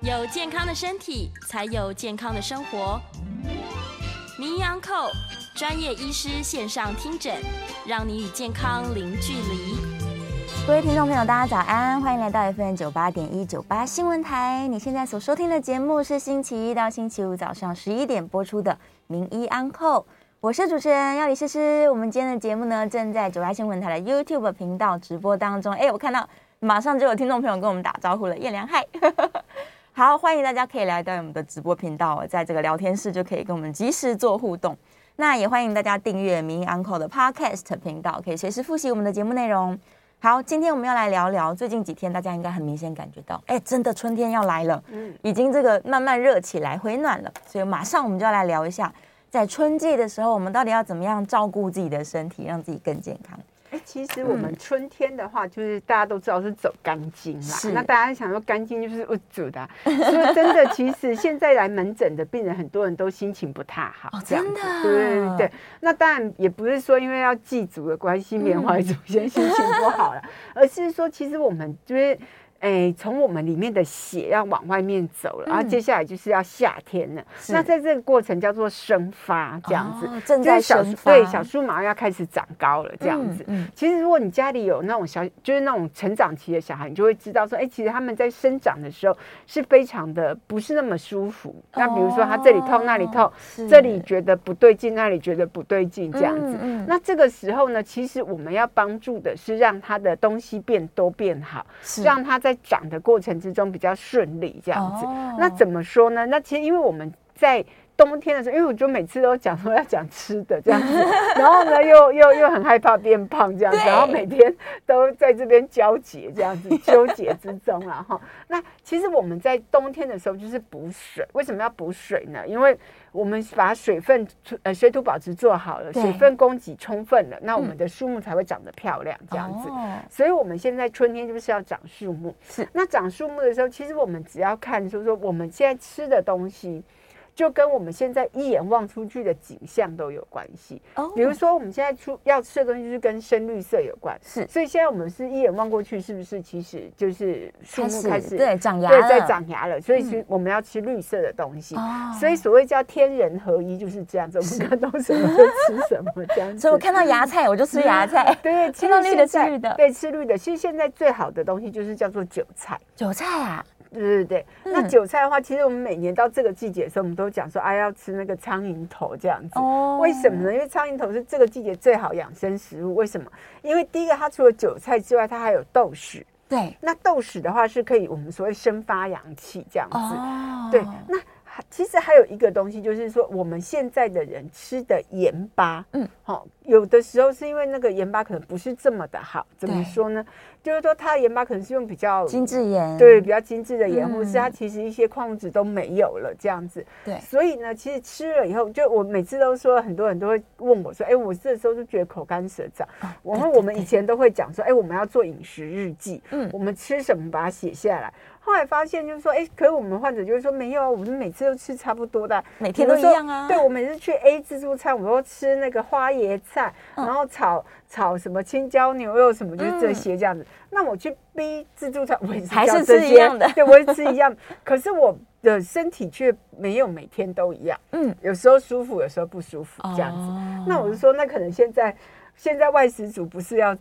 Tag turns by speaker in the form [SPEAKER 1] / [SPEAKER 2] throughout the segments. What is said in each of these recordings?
[SPEAKER 1] 有健康的身体，才有健康的生活。名医安扣专业医师线上听诊，让你与健康零距离。
[SPEAKER 2] 各位听众朋友，大家早安，欢迎来到 FM 九八点一九八新闻台。你现在所收听的节目是星期一到星期五早上十一点播出的《名医安扣》，我是主持人要李诗诗。我们今天的节目呢，正在九八新闻台的 YouTube 频道直播当中。哎，我看到马上就有听众朋友跟我们打招呼了，叶良嗨。好，欢迎大家可以来到我们的直播频道哦，在这个聊天室就可以跟我们及时做互动。那也欢迎大家订阅《名医 Uncle》的 Podcast 频道，可以随时复习我们的节目内容。好，今天我们要来聊聊最近几天，大家应该很明显感觉到，哎，真的春天要来了，已经这个慢慢热起来，回暖了。所以马上我们就要来聊一下，在春季的时候，我们到底要怎么样照顾自己的身体，让自己更健康？
[SPEAKER 3] 哎、其
[SPEAKER 2] 嗯
[SPEAKER 3] 实我们春天的话，就是大家都知道是走干净啦。
[SPEAKER 2] 是
[SPEAKER 3] 那大家想说干净就是我煮的啊、说真的，其实现在来门诊的病人，很多人都心情不太好，
[SPEAKER 2] 哦
[SPEAKER 3] 这样子
[SPEAKER 2] 真的啊
[SPEAKER 3] 对对对。那当然也不是说因为要祭祖的关
[SPEAKER 2] 嗯
[SPEAKER 3] 系，缅怀祖先心情不好了，而是说其实我们就是。哎，从我们里面的血要往外面走了，然后
[SPEAKER 2] 嗯
[SPEAKER 3] 接下来就是要夏天了。
[SPEAKER 2] 是
[SPEAKER 3] 那在这个过程叫做生发，这样子，
[SPEAKER 2] 哦正
[SPEAKER 3] 就是
[SPEAKER 2] 在
[SPEAKER 3] 小
[SPEAKER 2] 生发
[SPEAKER 3] 对小树苗要开始长高了，这样子。
[SPEAKER 2] 嗯嗯
[SPEAKER 3] 其实，如果你家里有那种小，就是那种成长期的小孩，你就会知道说，哎、其实他们在生长的时候是非常的不是那么舒服。那比如说，他这里痛，那里痛，
[SPEAKER 2] 哦是
[SPEAKER 3] 这里觉得不对劲，那里觉得不对劲，这样子。
[SPEAKER 2] 嗯嗯
[SPEAKER 3] 那这个时候呢，其实我们要帮助的是让他的东西变多变好，
[SPEAKER 2] 是
[SPEAKER 3] 让他在长的过程之中比较顺利，这样子。
[SPEAKER 2] 哦
[SPEAKER 3] 那怎么说呢？那其实因为我们在冬天的时候，因为我就每次都讲说要讲吃的这 样子，然后呢又又又很害怕变胖这样子，
[SPEAKER 2] 对
[SPEAKER 3] 然后每天都在这边交结这样子纠结之中了哈。那其实我们在冬天的时候就是补水，为什么要补水呢？因为我们把水分呃水土保持做好了，
[SPEAKER 2] 对
[SPEAKER 3] 水分供给充分了，那我
[SPEAKER 2] 嗯
[SPEAKER 3] 们的树木才会长得漂亮这样子。
[SPEAKER 2] 哦
[SPEAKER 3] 所以我们现在春天就是要长树木。
[SPEAKER 2] 是，
[SPEAKER 3] 那长树木的时候，其实我们只要看，就是说我们现在吃的东西，就跟我们现在一眼望出去的景象都有关系。
[SPEAKER 2] 哦
[SPEAKER 3] 比如说，我们现在出要吃的东西就是跟深绿色有关，
[SPEAKER 2] 是
[SPEAKER 3] 所以现在我们是一眼望过去，是不是其实就是树木开始
[SPEAKER 2] 对长牙
[SPEAKER 3] 对
[SPEAKER 2] 了，嗯
[SPEAKER 3] 在长芽了，所以是我们要吃绿色的东西。
[SPEAKER 2] 哦
[SPEAKER 3] 所以所谓叫天人合一就是这样子，我们看到什么就吃什么这样子。
[SPEAKER 2] 所以我看到芽菜我就吃芽菜，
[SPEAKER 3] 对，
[SPEAKER 2] 看到
[SPEAKER 3] 其实
[SPEAKER 2] 绿的
[SPEAKER 3] 现
[SPEAKER 2] 吃
[SPEAKER 3] 在
[SPEAKER 2] 绿的
[SPEAKER 3] 对，吃绿的。其实现在最好的东西就是叫做韭菜，
[SPEAKER 2] 韭菜啊，
[SPEAKER 3] 对对对。那
[SPEAKER 2] 嗯
[SPEAKER 3] 韭菜的话，其实我们每年到这个季节的时候，我们都讲说，哎、要吃那个苍蝇头这样子。
[SPEAKER 2] 哦
[SPEAKER 3] 为什么呢？因为苍蝇头是这个季节最好养生食物。为什么？因为第一个，它除了韭菜之外，它还有豆豉。
[SPEAKER 2] 对，
[SPEAKER 3] 那豆豉的话是可以我们所谓生发阳气这样子。
[SPEAKER 2] 哦，
[SPEAKER 3] 对，那还其实还有一个东西，就是说我们现在的人吃的盐巴，
[SPEAKER 2] 嗯
[SPEAKER 3] 嗯，好、有的时候是因为那个盐巴可能不是这么的好，怎
[SPEAKER 2] 对
[SPEAKER 3] 么说呢？就是说它的盐巴可能是用比较
[SPEAKER 2] 精致盐，
[SPEAKER 3] 对比较精致的盐，
[SPEAKER 2] 嗯
[SPEAKER 3] 或是它其实一些矿物质都没有了这样子。
[SPEAKER 2] 对，
[SPEAKER 3] 所以呢，其实吃了以后，就我每次都说，很多人都会问我说：“哎、我这时候就觉得口干舌燥。
[SPEAKER 2] 哦
[SPEAKER 3] 我
[SPEAKER 2] 对
[SPEAKER 3] 们
[SPEAKER 2] 对
[SPEAKER 3] 我们以
[SPEAKER 2] 对
[SPEAKER 3] 前都会讲说：“哎、我们要做饮食日记，
[SPEAKER 2] 嗯
[SPEAKER 3] 我们吃什么把它写下来。”后来发现就是说：“哎、可是我们患者就会说没有啊，我们每次都吃差不多的啊，
[SPEAKER 2] 每天都
[SPEAKER 3] 比如说
[SPEAKER 2] 一样啊
[SPEAKER 3] 对，我每次去 A 自助餐，我都吃那个花椰菜，
[SPEAKER 2] 嗯
[SPEAKER 3] 然后炒炒什么青椒牛肉什么，就是这
[SPEAKER 2] 嗯
[SPEAKER 3] 些这样子。那我去 B 自助餐，我也是
[SPEAKER 2] 还
[SPEAKER 3] 叫
[SPEAKER 2] 是
[SPEAKER 3] 这
[SPEAKER 2] 吃一
[SPEAKER 3] 些
[SPEAKER 2] 样的
[SPEAKER 3] 对，我也吃一样。可是我的身体却没有每天都一样，
[SPEAKER 2] 嗯，
[SPEAKER 3] 有时候舒服，有时候不舒服，这样子。
[SPEAKER 2] 哦
[SPEAKER 3] 那我就说，那可能现在现在外食族不是要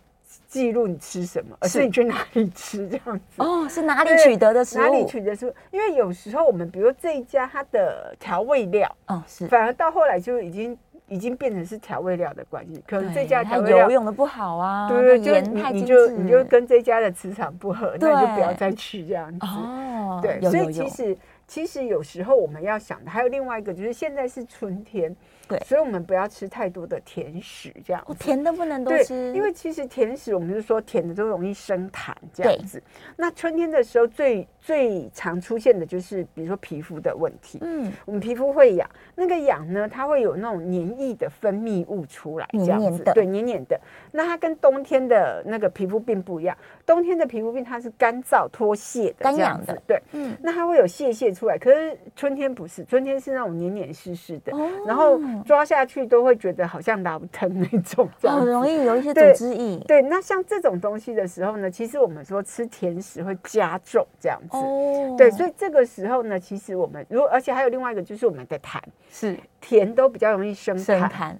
[SPEAKER 3] 记录你吃什么，而
[SPEAKER 2] 是
[SPEAKER 3] 是你去哪里吃这样子。
[SPEAKER 2] 哦，是哪里
[SPEAKER 3] 对
[SPEAKER 2] 取得的食物？
[SPEAKER 3] 哪里取的食物？因为有时候我们，比如这一家它的调味料，
[SPEAKER 2] 哦，是，
[SPEAKER 3] 反而到后来就已经已经变成是调味料的关系，可能
[SPEAKER 2] 对
[SPEAKER 3] 这家
[SPEAKER 2] 它
[SPEAKER 3] 调味料
[SPEAKER 2] 油用的不好啊，
[SPEAKER 3] 对
[SPEAKER 2] 那
[SPEAKER 3] 对，就
[SPEAKER 2] 盐
[SPEAKER 3] 你
[SPEAKER 2] 太
[SPEAKER 3] 你
[SPEAKER 2] 精
[SPEAKER 3] 就
[SPEAKER 2] 致，
[SPEAKER 3] 你就跟这家的磁场不合，那你就不要
[SPEAKER 2] 对
[SPEAKER 3] 再去这样子。
[SPEAKER 2] 哦，
[SPEAKER 3] 对，
[SPEAKER 2] 有
[SPEAKER 3] 所
[SPEAKER 2] 有
[SPEAKER 3] 以其
[SPEAKER 2] 有，
[SPEAKER 3] 实其实有时候我们要想的还有另外一个，就是现在是春天，
[SPEAKER 2] 对
[SPEAKER 3] 所以我们不要吃太多的甜食，这样
[SPEAKER 2] 哦，
[SPEAKER 3] 子
[SPEAKER 2] 甜的不能多
[SPEAKER 3] 对，
[SPEAKER 2] 吃，
[SPEAKER 3] 因为其实甜食，我们就说甜的都容易生痰这样子。那春天的时候最最常出现的就是，比如说皮肤的问题。
[SPEAKER 2] 嗯，
[SPEAKER 3] 我们皮肤会痒，那个痒呢，它会有那种黏液的分泌物出来，这样子，
[SPEAKER 2] 黏黏的
[SPEAKER 3] 对，黏黏的。那它跟冬天的那个皮肤病不一样，冬天的皮肤病它是干燥脱屑的，
[SPEAKER 2] 干
[SPEAKER 3] 这样
[SPEAKER 2] 痒
[SPEAKER 3] 子
[SPEAKER 2] 的，
[SPEAKER 3] 对。
[SPEAKER 2] 嗯，
[SPEAKER 3] 那它会有屑屑出来，可是春天不是，春天是那种黏黏湿湿的，
[SPEAKER 2] 哦
[SPEAKER 3] 然后抓下去都会觉得好像挠 疼那种，这样
[SPEAKER 2] 哦，
[SPEAKER 3] 子。
[SPEAKER 2] 容易有一些组
[SPEAKER 3] 对
[SPEAKER 2] 织液
[SPEAKER 3] 对，那像这种东西的时候呢，其实我们说吃甜食会加重这样子。
[SPEAKER 2] 哦，
[SPEAKER 3] 对，所以这个时候呢，其实我们如果而且还有另外一个就是我们的痰，
[SPEAKER 2] 是
[SPEAKER 3] 甜都比较容易生痰。
[SPEAKER 2] 生痰，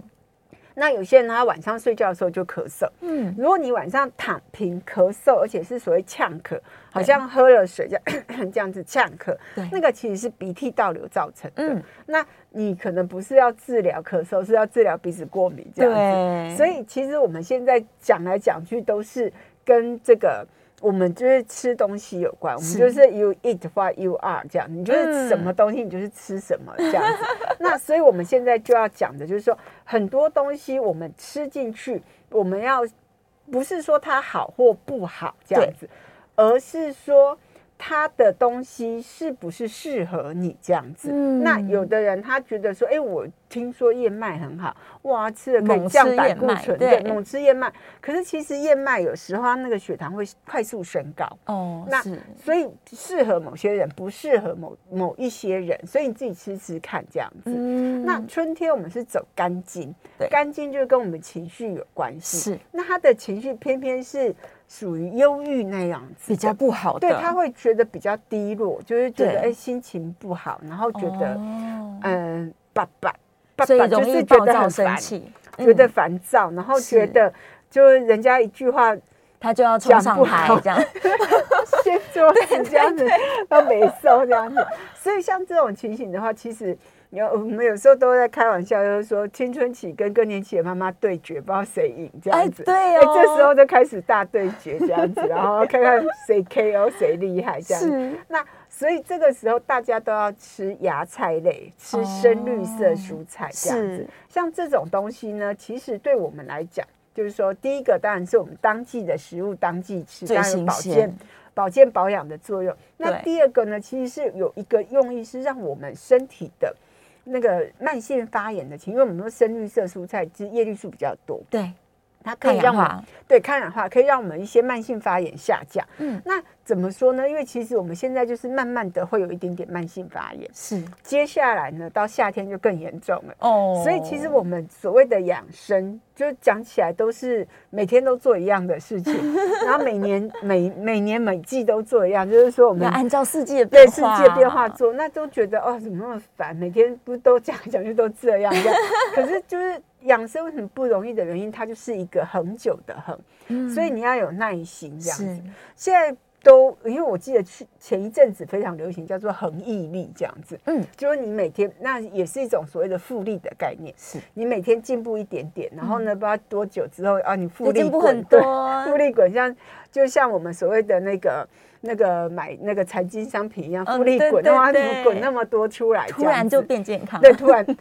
[SPEAKER 3] 那有些人他晚上睡觉的时候就咳嗽，
[SPEAKER 2] 嗯，
[SPEAKER 3] 如果你晚上躺平咳嗽，而且是所谓呛咳，好像喝了水这样 这样子呛咳
[SPEAKER 2] 对，
[SPEAKER 3] 那个其实是鼻涕倒流造成的。
[SPEAKER 2] 嗯
[SPEAKER 3] 那你可能不是要治疗咳嗽，是要治疗鼻子过敏这样
[SPEAKER 2] 对
[SPEAKER 3] 子。所以其实我们现在讲来讲去都是跟这个。我们就是吃东西有关，我们
[SPEAKER 2] 是
[SPEAKER 3] 就是 you eat what you are 这样，你就是什么东西你就是吃什么这样子。
[SPEAKER 2] 嗯
[SPEAKER 3] 那所以我们现在就要讲的就是说，很多东西我们吃进去，我们要不是说它好或不好这样子，而是说它的东西是不是适合你这样子。
[SPEAKER 2] 嗯
[SPEAKER 3] 那有的人他觉得说，哎、我听说燕麦很好，哇，吃了可以
[SPEAKER 2] 猛吃
[SPEAKER 3] 降胆
[SPEAKER 2] 燕
[SPEAKER 3] 固
[SPEAKER 2] 麦
[SPEAKER 3] 醇，
[SPEAKER 2] 对
[SPEAKER 3] 猛吃燕麦。可是其实燕麦有时候它那个血糖会快速升高。
[SPEAKER 2] 哦，
[SPEAKER 3] 那
[SPEAKER 2] 是
[SPEAKER 3] 所以适合某些人，不适合某某一些人，所以你自己吃吃看这样子。
[SPEAKER 2] 嗯
[SPEAKER 3] 那春天我们是走肝经
[SPEAKER 2] 对，
[SPEAKER 3] 肝经就是跟我们情绪有关系。
[SPEAKER 2] 是，
[SPEAKER 3] 那他的情绪偏偏是属于忧郁那样子
[SPEAKER 2] 比
[SPEAKER 3] 的，
[SPEAKER 2] 较不好的，
[SPEAKER 3] 对，他会觉得比较低落，就是觉
[SPEAKER 2] 对
[SPEAKER 3] 得哎心情不好，然后觉得
[SPEAKER 2] 哦
[SPEAKER 3] 嗯爸爸爸
[SPEAKER 2] 所以
[SPEAKER 3] 爸就
[SPEAKER 2] 容易
[SPEAKER 3] 是
[SPEAKER 2] 暴
[SPEAKER 3] 觉得
[SPEAKER 2] 躁
[SPEAKER 3] 很
[SPEAKER 2] 生
[SPEAKER 3] 烦，
[SPEAKER 2] 气，
[SPEAKER 3] 觉得
[SPEAKER 2] 嗯
[SPEAKER 3] 烦躁，然后
[SPEAKER 2] 是
[SPEAKER 3] 觉得就是人家一句话
[SPEAKER 2] 他就要冲
[SPEAKER 3] 讲
[SPEAKER 2] 上
[SPEAKER 3] 不
[SPEAKER 2] 台
[SPEAKER 3] 好
[SPEAKER 2] 这样，
[SPEAKER 3] 先做事这样子，要没收这样子。所以像这种情形的话，其实有我们有时候都在开玩笑，就是说青春期跟更年期的妈妈对决，不知道谁赢这样子。
[SPEAKER 2] 哎对
[SPEAKER 3] 哎
[SPEAKER 2] 哦
[SPEAKER 3] 这时候就开始大对决这样子，然 后看看谁 KO 谁厉害这样子。
[SPEAKER 2] 是
[SPEAKER 3] 那所以这个时候大家都要吃芽菜类，吃深绿色蔬菜这样子。
[SPEAKER 2] 哦是
[SPEAKER 3] 像这种东西呢，其实对我们来讲，就是说，第一个当然是我们当季的食物当季吃，
[SPEAKER 2] 最
[SPEAKER 3] 当然有
[SPEAKER 2] 新
[SPEAKER 3] 保
[SPEAKER 2] 鲜
[SPEAKER 3] 健、保健保养的作用。那
[SPEAKER 2] 对
[SPEAKER 3] 第二个呢，其实是有一个用意是让我们身体的那个慢性发炎的情，因为我们说深绿色蔬菜其实叶绿素比较多，
[SPEAKER 2] 对，
[SPEAKER 3] 它可
[SPEAKER 2] 抗
[SPEAKER 3] 以
[SPEAKER 2] 氧
[SPEAKER 3] 让我们
[SPEAKER 2] 化，
[SPEAKER 3] 对抗氧化可以让我们一些慢性发炎下降。
[SPEAKER 2] 嗯，
[SPEAKER 3] 那怎么说呢？因为其实我们现在就是慢慢的会有一点点慢性发炎，
[SPEAKER 2] 是
[SPEAKER 3] 接下来呢，到夏天就更严重了。
[SPEAKER 2] 哦，
[SPEAKER 3] 所以其实我们所谓的养生，就是讲起来都是每天都做一样的事情，然后每年每每年每季都做一样，就是说我
[SPEAKER 2] 要
[SPEAKER 3] 们
[SPEAKER 2] 按照世界的
[SPEAKER 3] 对
[SPEAKER 2] 变
[SPEAKER 3] 世
[SPEAKER 2] 化，
[SPEAKER 3] 界变化做，那都觉得哦怎么那么烦，每天不是都讲来讲去都这样这样，可是就是养生为什么不容易的原因，它就是一个恒久的恒，
[SPEAKER 2] 嗯，
[SPEAKER 3] 所以你要有耐心这样子。
[SPEAKER 2] 是
[SPEAKER 3] 现在都因为我记得去前一阵子非常流行叫做恒毅力这样子，
[SPEAKER 2] 嗯，
[SPEAKER 3] 就是你每天那也是一种所谓的复利的概念，
[SPEAKER 2] 是
[SPEAKER 3] 你每天进步一点点，然后呢，不知道多久之后啊，你复
[SPEAKER 2] 就
[SPEAKER 3] 利
[SPEAKER 2] 进步
[SPEAKER 3] 滚
[SPEAKER 2] 很
[SPEAKER 3] 对
[SPEAKER 2] 多啊
[SPEAKER 3] 复利滚像就像我们所谓的那个。那个买那个财经商品一样，
[SPEAKER 2] 嗯
[SPEAKER 3] 复利
[SPEAKER 2] 对
[SPEAKER 3] 滚，
[SPEAKER 2] 对
[SPEAKER 3] 哇，怎么
[SPEAKER 2] 对
[SPEAKER 3] 滚那么多出来？
[SPEAKER 2] 突
[SPEAKER 3] 这样
[SPEAKER 2] 然就
[SPEAKER 3] 子
[SPEAKER 2] 变健康，
[SPEAKER 3] 对，突然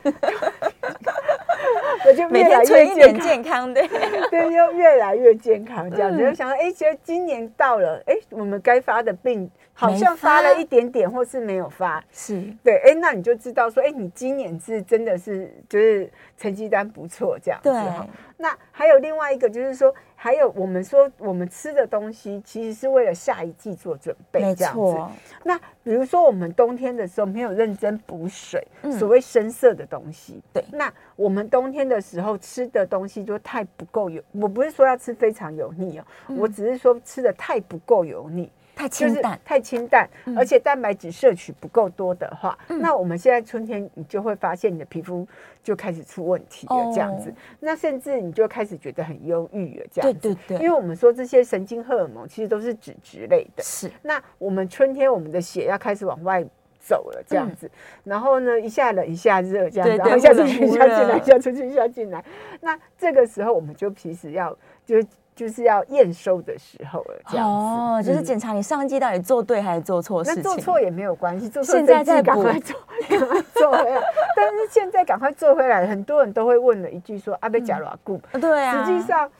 [SPEAKER 3] 我就
[SPEAKER 2] 每
[SPEAKER 3] 越
[SPEAKER 2] 天
[SPEAKER 3] 来
[SPEAKER 2] 存
[SPEAKER 3] 越
[SPEAKER 2] 一点
[SPEAKER 3] 健康。
[SPEAKER 2] 健康，对，
[SPEAKER 3] 对，又越来越健康，这样子、
[SPEAKER 2] 嗯
[SPEAKER 3] 就想说，哎、觉得今年到了，哎、我们该发的病好
[SPEAKER 2] 没
[SPEAKER 3] 像发
[SPEAKER 2] 发
[SPEAKER 3] 了一点点，或是没有发。
[SPEAKER 2] 是
[SPEAKER 3] 对，哎、那你就知道说，哎、你今年是真的是就是成绩单不错这样子
[SPEAKER 2] 对，
[SPEAKER 3] 哈。那还有另外一个就是说，还有我们说我们吃的东西其实是为了下一季做准备，
[SPEAKER 2] 没
[SPEAKER 3] 这样子。
[SPEAKER 2] 错，
[SPEAKER 3] 那比如说我们冬天的时候没有认真补水，
[SPEAKER 2] 嗯
[SPEAKER 3] 所谓深色的东西，
[SPEAKER 2] 对
[SPEAKER 3] 那我们冬天的时候吃的东西就太不够油，我不是说要吃非常油腻哦，我只是说吃的太不够油腻。
[SPEAKER 2] 太
[SPEAKER 3] 就
[SPEAKER 2] 嗯清
[SPEAKER 3] 是
[SPEAKER 2] 淡，
[SPEAKER 3] 太清淡，
[SPEAKER 2] 嗯
[SPEAKER 3] 而且蛋白质摄取不够多的话，
[SPEAKER 2] 嗯
[SPEAKER 3] 那我们现在春天你就会发现你的皮肤就开始出问题了，
[SPEAKER 2] 哦
[SPEAKER 3] 这样子，那甚至你就开始觉得很忧郁了，这样
[SPEAKER 2] 对
[SPEAKER 3] 子。
[SPEAKER 2] 对对，
[SPEAKER 3] 因为我们说这些神经荷尔蒙其实都是脂质类的，
[SPEAKER 2] 是
[SPEAKER 3] 那我们春天我们的血要开始往外走了，这样子，然后呢，一下冷一下热，这样
[SPEAKER 2] 嗯对对
[SPEAKER 3] 子，然后一下
[SPEAKER 2] 忽
[SPEAKER 3] 出
[SPEAKER 2] 冷
[SPEAKER 3] 去一
[SPEAKER 2] 忽
[SPEAKER 3] 下进来，
[SPEAKER 2] 热
[SPEAKER 3] 一下出去一下进来。那这个时候我们就平时要就是就是要验收的时候了，这样子。
[SPEAKER 2] 哦，就是
[SPEAKER 3] 嗯
[SPEAKER 2] 检查你上一季到底做对还是做错事
[SPEAKER 3] 那
[SPEAKER 2] 情。
[SPEAKER 3] 做错也没有关系，做错
[SPEAKER 2] 现在
[SPEAKER 3] 这一季
[SPEAKER 2] 再
[SPEAKER 3] 赶
[SPEAKER 2] 补
[SPEAKER 3] 快做，赶快做回来。但是现在赶快做回来，很多人都会问了一句说：“啊阿贝贾拉固。
[SPEAKER 2] 呃对啊，
[SPEAKER 3] 实际上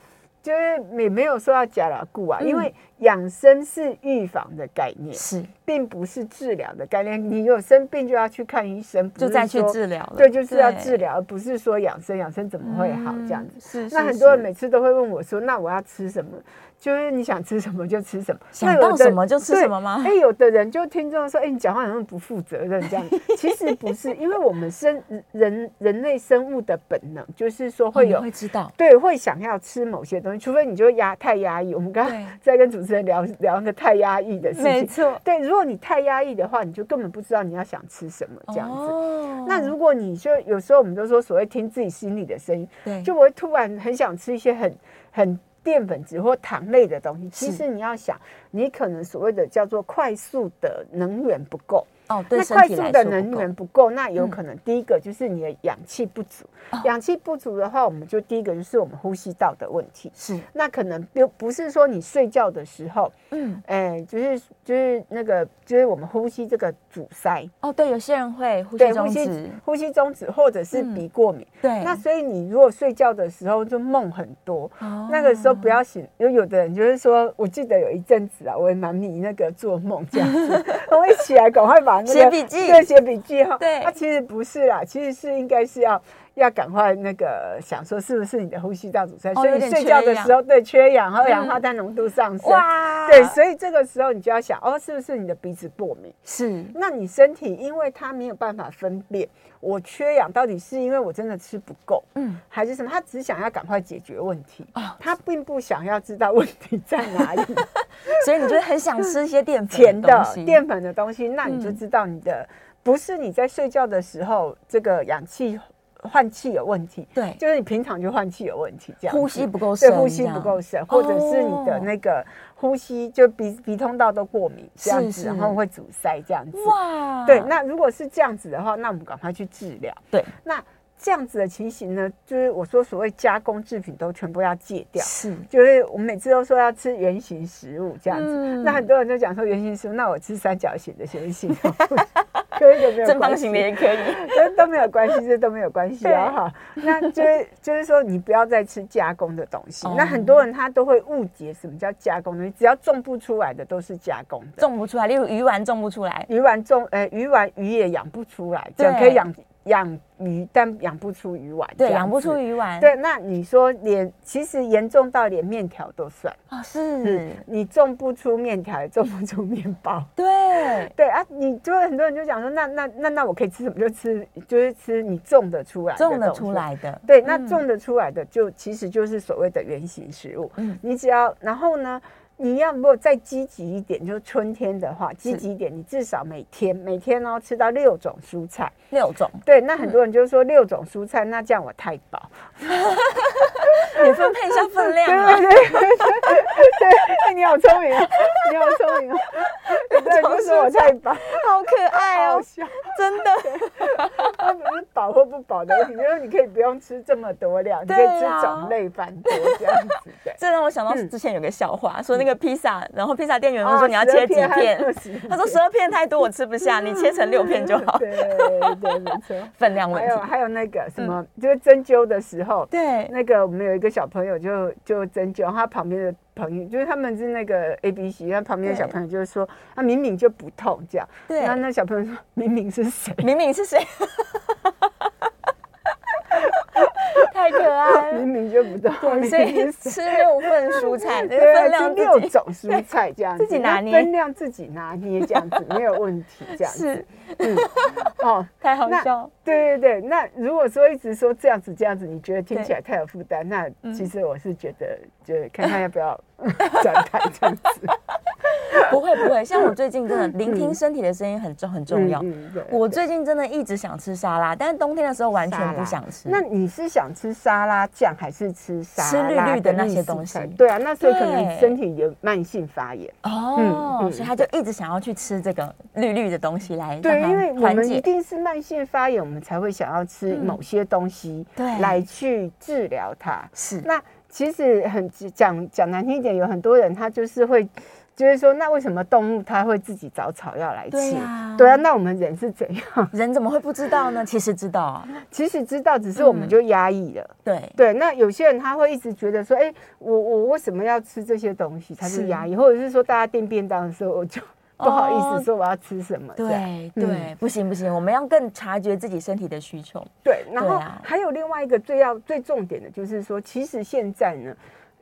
[SPEAKER 3] 就是也没有说要贾拉固啊，
[SPEAKER 2] 嗯
[SPEAKER 3] 因为养生是预防的概念，
[SPEAKER 2] 是
[SPEAKER 3] 并不是治疗的概念。你有生病就要去看医生，不
[SPEAKER 2] 就是再去
[SPEAKER 3] 说
[SPEAKER 2] 治疗了。
[SPEAKER 3] 对，就是要治疗，而不是说养生，养生怎么会好这样子？
[SPEAKER 2] 嗯是，
[SPEAKER 3] 那
[SPEAKER 2] 是
[SPEAKER 3] 很多人
[SPEAKER 2] 是
[SPEAKER 3] 每次都会问我说：“那我要吃什么？”就是你想吃什么就吃什么，
[SPEAKER 2] 想
[SPEAKER 3] 那有
[SPEAKER 2] 到
[SPEAKER 3] 的
[SPEAKER 2] 什么就吃
[SPEAKER 3] 对
[SPEAKER 2] 什么吗
[SPEAKER 3] 哎、有的人就听众说：“哎、你讲话好像不负责任 这样。”其实不是，因为我们生人人类生物的本能就是说
[SPEAKER 2] 哦
[SPEAKER 3] 会
[SPEAKER 2] 你
[SPEAKER 3] 有、
[SPEAKER 2] 会知道，
[SPEAKER 3] 对会想要吃某些东西，除非你就压太压抑。我们刚刚
[SPEAKER 2] 对
[SPEAKER 3] 在跟主持人聊聊那个太压抑的事
[SPEAKER 2] 没
[SPEAKER 3] 情。
[SPEAKER 2] 错，
[SPEAKER 3] 对，如果你太压抑的话，你就根本不知道你要想吃什么这样子。
[SPEAKER 2] 哦
[SPEAKER 3] 那如果你就有时候我们都说所谓听自己心里的声音，
[SPEAKER 2] 对
[SPEAKER 3] 就我会突然很想吃一些很很淀粉质或糖类的东西。其
[SPEAKER 2] 是
[SPEAKER 3] 实你要想，你可能所谓的叫做快速的能源不够，
[SPEAKER 2] 哦，对
[SPEAKER 3] 那
[SPEAKER 2] 身
[SPEAKER 3] 快
[SPEAKER 2] 体
[SPEAKER 3] 速
[SPEAKER 2] 来
[SPEAKER 3] 的
[SPEAKER 2] 说不
[SPEAKER 3] 能
[SPEAKER 2] 够
[SPEAKER 3] 源不够，那有
[SPEAKER 2] 嗯
[SPEAKER 3] 可能第一个就是你的氧气不足。
[SPEAKER 2] 哦
[SPEAKER 3] 氧气不足的话，我们就第一个就是我们呼吸道的问题。
[SPEAKER 2] 是，
[SPEAKER 3] 那可能不不是说你睡觉的时候，
[SPEAKER 2] 嗯，
[SPEAKER 3] 哎、就是就是那个就是我们呼吸这个阻塞，
[SPEAKER 2] 哦，对，有些人会呼吸
[SPEAKER 3] 对，呼
[SPEAKER 2] 中
[SPEAKER 3] 吸
[SPEAKER 2] 止，
[SPEAKER 3] 呼吸中止或者是
[SPEAKER 2] 嗯
[SPEAKER 3] 鼻过敏。
[SPEAKER 2] 对，
[SPEAKER 3] 那所以你如果睡觉的时候就梦很多，
[SPEAKER 2] 哦
[SPEAKER 3] 那个时候不要醒。有有的人就是说，我记得有一阵子啊，我也蛮迷那个做梦这样子，我一起来赶快把那个
[SPEAKER 2] 写笔记
[SPEAKER 3] 对，写笔记哈。
[SPEAKER 2] 对
[SPEAKER 3] 那、其实不是啦，其实是应该是要要赶快那个想说是不是你的呼吸道阻塞，
[SPEAKER 2] 哦
[SPEAKER 3] 所以
[SPEAKER 2] 有
[SPEAKER 3] 你
[SPEAKER 2] 点
[SPEAKER 3] 睡觉
[SPEAKER 2] 缺
[SPEAKER 3] 的
[SPEAKER 2] 氧嗯
[SPEAKER 3] 时候对缺氧，二氧化碳浓度上升。
[SPEAKER 2] 哇，
[SPEAKER 3] 对，所以这个时候你就要想，哦，是不是你的鼻子过敏？
[SPEAKER 2] 是
[SPEAKER 3] 那你身体因为它没有办法分辨，我缺氧到底是因为我真的吃不够，
[SPEAKER 2] 嗯，
[SPEAKER 3] 还是什么？他只想要赶快解决问题
[SPEAKER 2] 哦，
[SPEAKER 3] 他并不想要知道问题在哪 里。
[SPEAKER 2] 所以你就会很想吃一些淀粉
[SPEAKER 3] 甜
[SPEAKER 2] 东
[SPEAKER 3] 的
[SPEAKER 2] 西
[SPEAKER 3] 淀粉的东西，那你就
[SPEAKER 2] 嗯
[SPEAKER 3] 知道你的不是你在睡觉的时候这个氧气换气有问题，
[SPEAKER 2] 对
[SPEAKER 3] 就是你平常就换气有问题，这样
[SPEAKER 2] 呼
[SPEAKER 3] 子
[SPEAKER 2] 吸不够
[SPEAKER 3] 对，
[SPEAKER 2] 深
[SPEAKER 3] 呼吸
[SPEAKER 2] 这
[SPEAKER 3] 不
[SPEAKER 2] 样
[SPEAKER 3] 够深，或者是你的
[SPEAKER 2] 哦
[SPEAKER 3] 那个呼吸就鼻鼻通道都过敏这样
[SPEAKER 2] 是
[SPEAKER 3] 子，
[SPEAKER 2] 是
[SPEAKER 3] 然后会阻塞这样子。
[SPEAKER 2] 哇，
[SPEAKER 3] 对，那如果是这样子的话，那我们赶快去治疗。
[SPEAKER 2] 嗯对，
[SPEAKER 3] 那这样子的情形呢，就是我说所谓加工制品都全部要戒掉。
[SPEAKER 2] 是
[SPEAKER 3] 就是我们每次都说要吃原形食物这样子，
[SPEAKER 2] 嗯
[SPEAKER 3] 那很多人就讲说原形食物，那我吃三角形的、圆形的， 跟一个没有
[SPEAKER 2] 正
[SPEAKER 3] 关
[SPEAKER 2] 方
[SPEAKER 3] 系
[SPEAKER 2] 形的也可以，
[SPEAKER 3] 这都没有关系，这都没有关系啊哈。那就是就是说，你不要再吃加工的东西。
[SPEAKER 2] 哦
[SPEAKER 3] 那很多人他都会误解什么叫加工的东西，只要种不出来的都是加工的。
[SPEAKER 2] 种不出来，例如鱼丸种不出来，
[SPEAKER 3] 鱼丸种，呃，鱼丸鱼也养不出来，这样
[SPEAKER 2] 对
[SPEAKER 3] 可以养养鱼，但养不出鱼丸。
[SPEAKER 2] 对，
[SPEAKER 3] 这样
[SPEAKER 2] 养不出
[SPEAKER 3] 子。
[SPEAKER 2] 鱼丸，
[SPEAKER 3] 对，那你说连其实严重到连面条都算，
[SPEAKER 2] 哦，是，
[SPEAKER 3] 你种不出面条，也种不出面包。
[SPEAKER 2] 对，
[SPEAKER 3] 对啊，你就会很多人就讲说，那那那那我可以吃什么？就吃就是吃你种得出来的
[SPEAKER 2] 种得
[SPEAKER 3] 东西
[SPEAKER 2] 出。来的，
[SPEAKER 3] 对，那
[SPEAKER 2] 嗯
[SPEAKER 3] 种得出来的就其实就是所谓的原型食物。
[SPEAKER 2] 嗯
[SPEAKER 3] 你只要然后呢，你要如果再积极一点，就是春天的话，积极一点，你至少每天每天哦吃到六种蔬菜。
[SPEAKER 2] 六种，
[SPEAKER 3] 对，那很多人就说六种蔬菜，那这样我太饱。
[SPEAKER 2] 你分配一下分量
[SPEAKER 3] 对
[SPEAKER 2] 啊，
[SPEAKER 3] 对对对对，哎你好聪明啊， 你好聪明啊！很多人就说我太 饱，
[SPEAKER 2] 好可爱
[SPEAKER 3] 好
[SPEAKER 2] 哦，
[SPEAKER 3] 笑。
[SPEAKER 2] 真的，
[SPEAKER 3] 它不是饱或不饱的问题，就是你可以不用吃这么多量，你可以吃
[SPEAKER 2] 对啊
[SPEAKER 3] 种类繁多这样子对。
[SPEAKER 2] 这让我想到
[SPEAKER 3] 嗯
[SPEAKER 2] 之前有个笑话，说那个披萨，然后披萨店员问
[SPEAKER 3] 哦
[SPEAKER 2] 说你要
[SPEAKER 3] 12
[SPEAKER 2] 切几
[SPEAKER 3] 片还
[SPEAKER 2] 片
[SPEAKER 3] 是 20，
[SPEAKER 2] 他说十二片太多我吃不下，你切成六 片就好，
[SPEAKER 3] 对对对，没错。
[SPEAKER 2] 分量问
[SPEAKER 3] 还有啊
[SPEAKER 2] 题，
[SPEAKER 3] 还有那个什么，
[SPEAKER 2] 嗯
[SPEAKER 3] 就是针灸的时候，
[SPEAKER 2] 对，
[SPEAKER 3] 那个我们有一个小朋友就就针灸，他旁边的朋友就是他们是那个 A B C，他旁边的
[SPEAKER 2] 对
[SPEAKER 3] 小朋友就是说他明明就不痛这样，
[SPEAKER 2] 对
[SPEAKER 3] 那那小朋友说明明是谁？
[SPEAKER 2] 明明是 谁？太可爱
[SPEAKER 3] 明
[SPEAKER 2] 了。
[SPEAKER 3] 明就不痛，
[SPEAKER 2] 嗯对，
[SPEAKER 3] 明
[SPEAKER 2] 所以
[SPEAKER 3] 明是
[SPEAKER 2] 吃六份蔬菜，那
[SPEAKER 3] 对啊，
[SPEAKER 2] 分
[SPEAKER 3] 就
[SPEAKER 2] 量
[SPEAKER 3] 六
[SPEAKER 2] 自己
[SPEAKER 3] 种蔬菜这样子，
[SPEAKER 2] 自己拿捏
[SPEAKER 3] 那分量自己拿捏这样子没有问题，这样子
[SPEAKER 2] 是
[SPEAKER 3] 哦。
[SPEAKER 2] 太好
[SPEAKER 3] 那
[SPEAKER 2] 笑了。
[SPEAKER 3] 对对对，那如果说一直说这样子这样子，你觉得听起来太有负担，那
[SPEAKER 2] 嗯
[SPEAKER 3] 其实我是觉得，就是看看要 不要转台这样子，
[SPEAKER 2] 不会不会，像我最近真的聆听身体的声音很重很重要。
[SPEAKER 3] 嗯嗯。嗯对
[SPEAKER 2] 我最近真的一直想吃沙拉，但是冬天的时候完全不想吃。
[SPEAKER 3] 那你是想吃沙拉酱还是吃沙拉
[SPEAKER 2] 吃绿绿的那些
[SPEAKER 3] 绿色
[SPEAKER 2] 东西
[SPEAKER 3] 菜对啊，那所以可
[SPEAKER 2] 对
[SPEAKER 3] 能身体有慢性发炎。
[SPEAKER 2] 哦
[SPEAKER 3] 嗯，嗯
[SPEAKER 2] 所以他就一直想要去吃这个绿绿的东西来让
[SPEAKER 3] 对，
[SPEAKER 2] 它
[SPEAKER 3] 因为我
[SPEAKER 2] 缓
[SPEAKER 3] 们一
[SPEAKER 2] 解。
[SPEAKER 3] 定是慢性发炎，我们才会想要吃
[SPEAKER 2] 嗯
[SPEAKER 3] 某些东西
[SPEAKER 2] 对
[SPEAKER 3] 来去治疗它。
[SPEAKER 2] 是
[SPEAKER 3] 那其实很讲讲难听一点，有很多人他就是会，就是说，那为什么动物它会自己找草药来吃？
[SPEAKER 2] 对呀
[SPEAKER 3] 对啊，那我们人是怎样？
[SPEAKER 2] 人怎么会不知道呢？其实知道啊，
[SPEAKER 3] 其实知道，只是我们就压抑了。
[SPEAKER 2] 对，
[SPEAKER 3] 对，那有些人他会一直觉得说，哎、我我为什么要吃这些东西？他就是压抑，或者是说大家订便当的时候，我就不好意
[SPEAKER 2] 哦
[SPEAKER 3] 思说我要吃什么。这样
[SPEAKER 2] 对
[SPEAKER 3] 嗯
[SPEAKER 2] 对，不行不行，我们要更察觉自己身体的需求。
[SPEAKER 3] 对，然
[SPEAKER 2] 对
[SPEAKER 3] 后
[SPEAKER 2] 啊
[SPEAKER 3] 还有另外一个最要最重点的就是说，其实现在呢，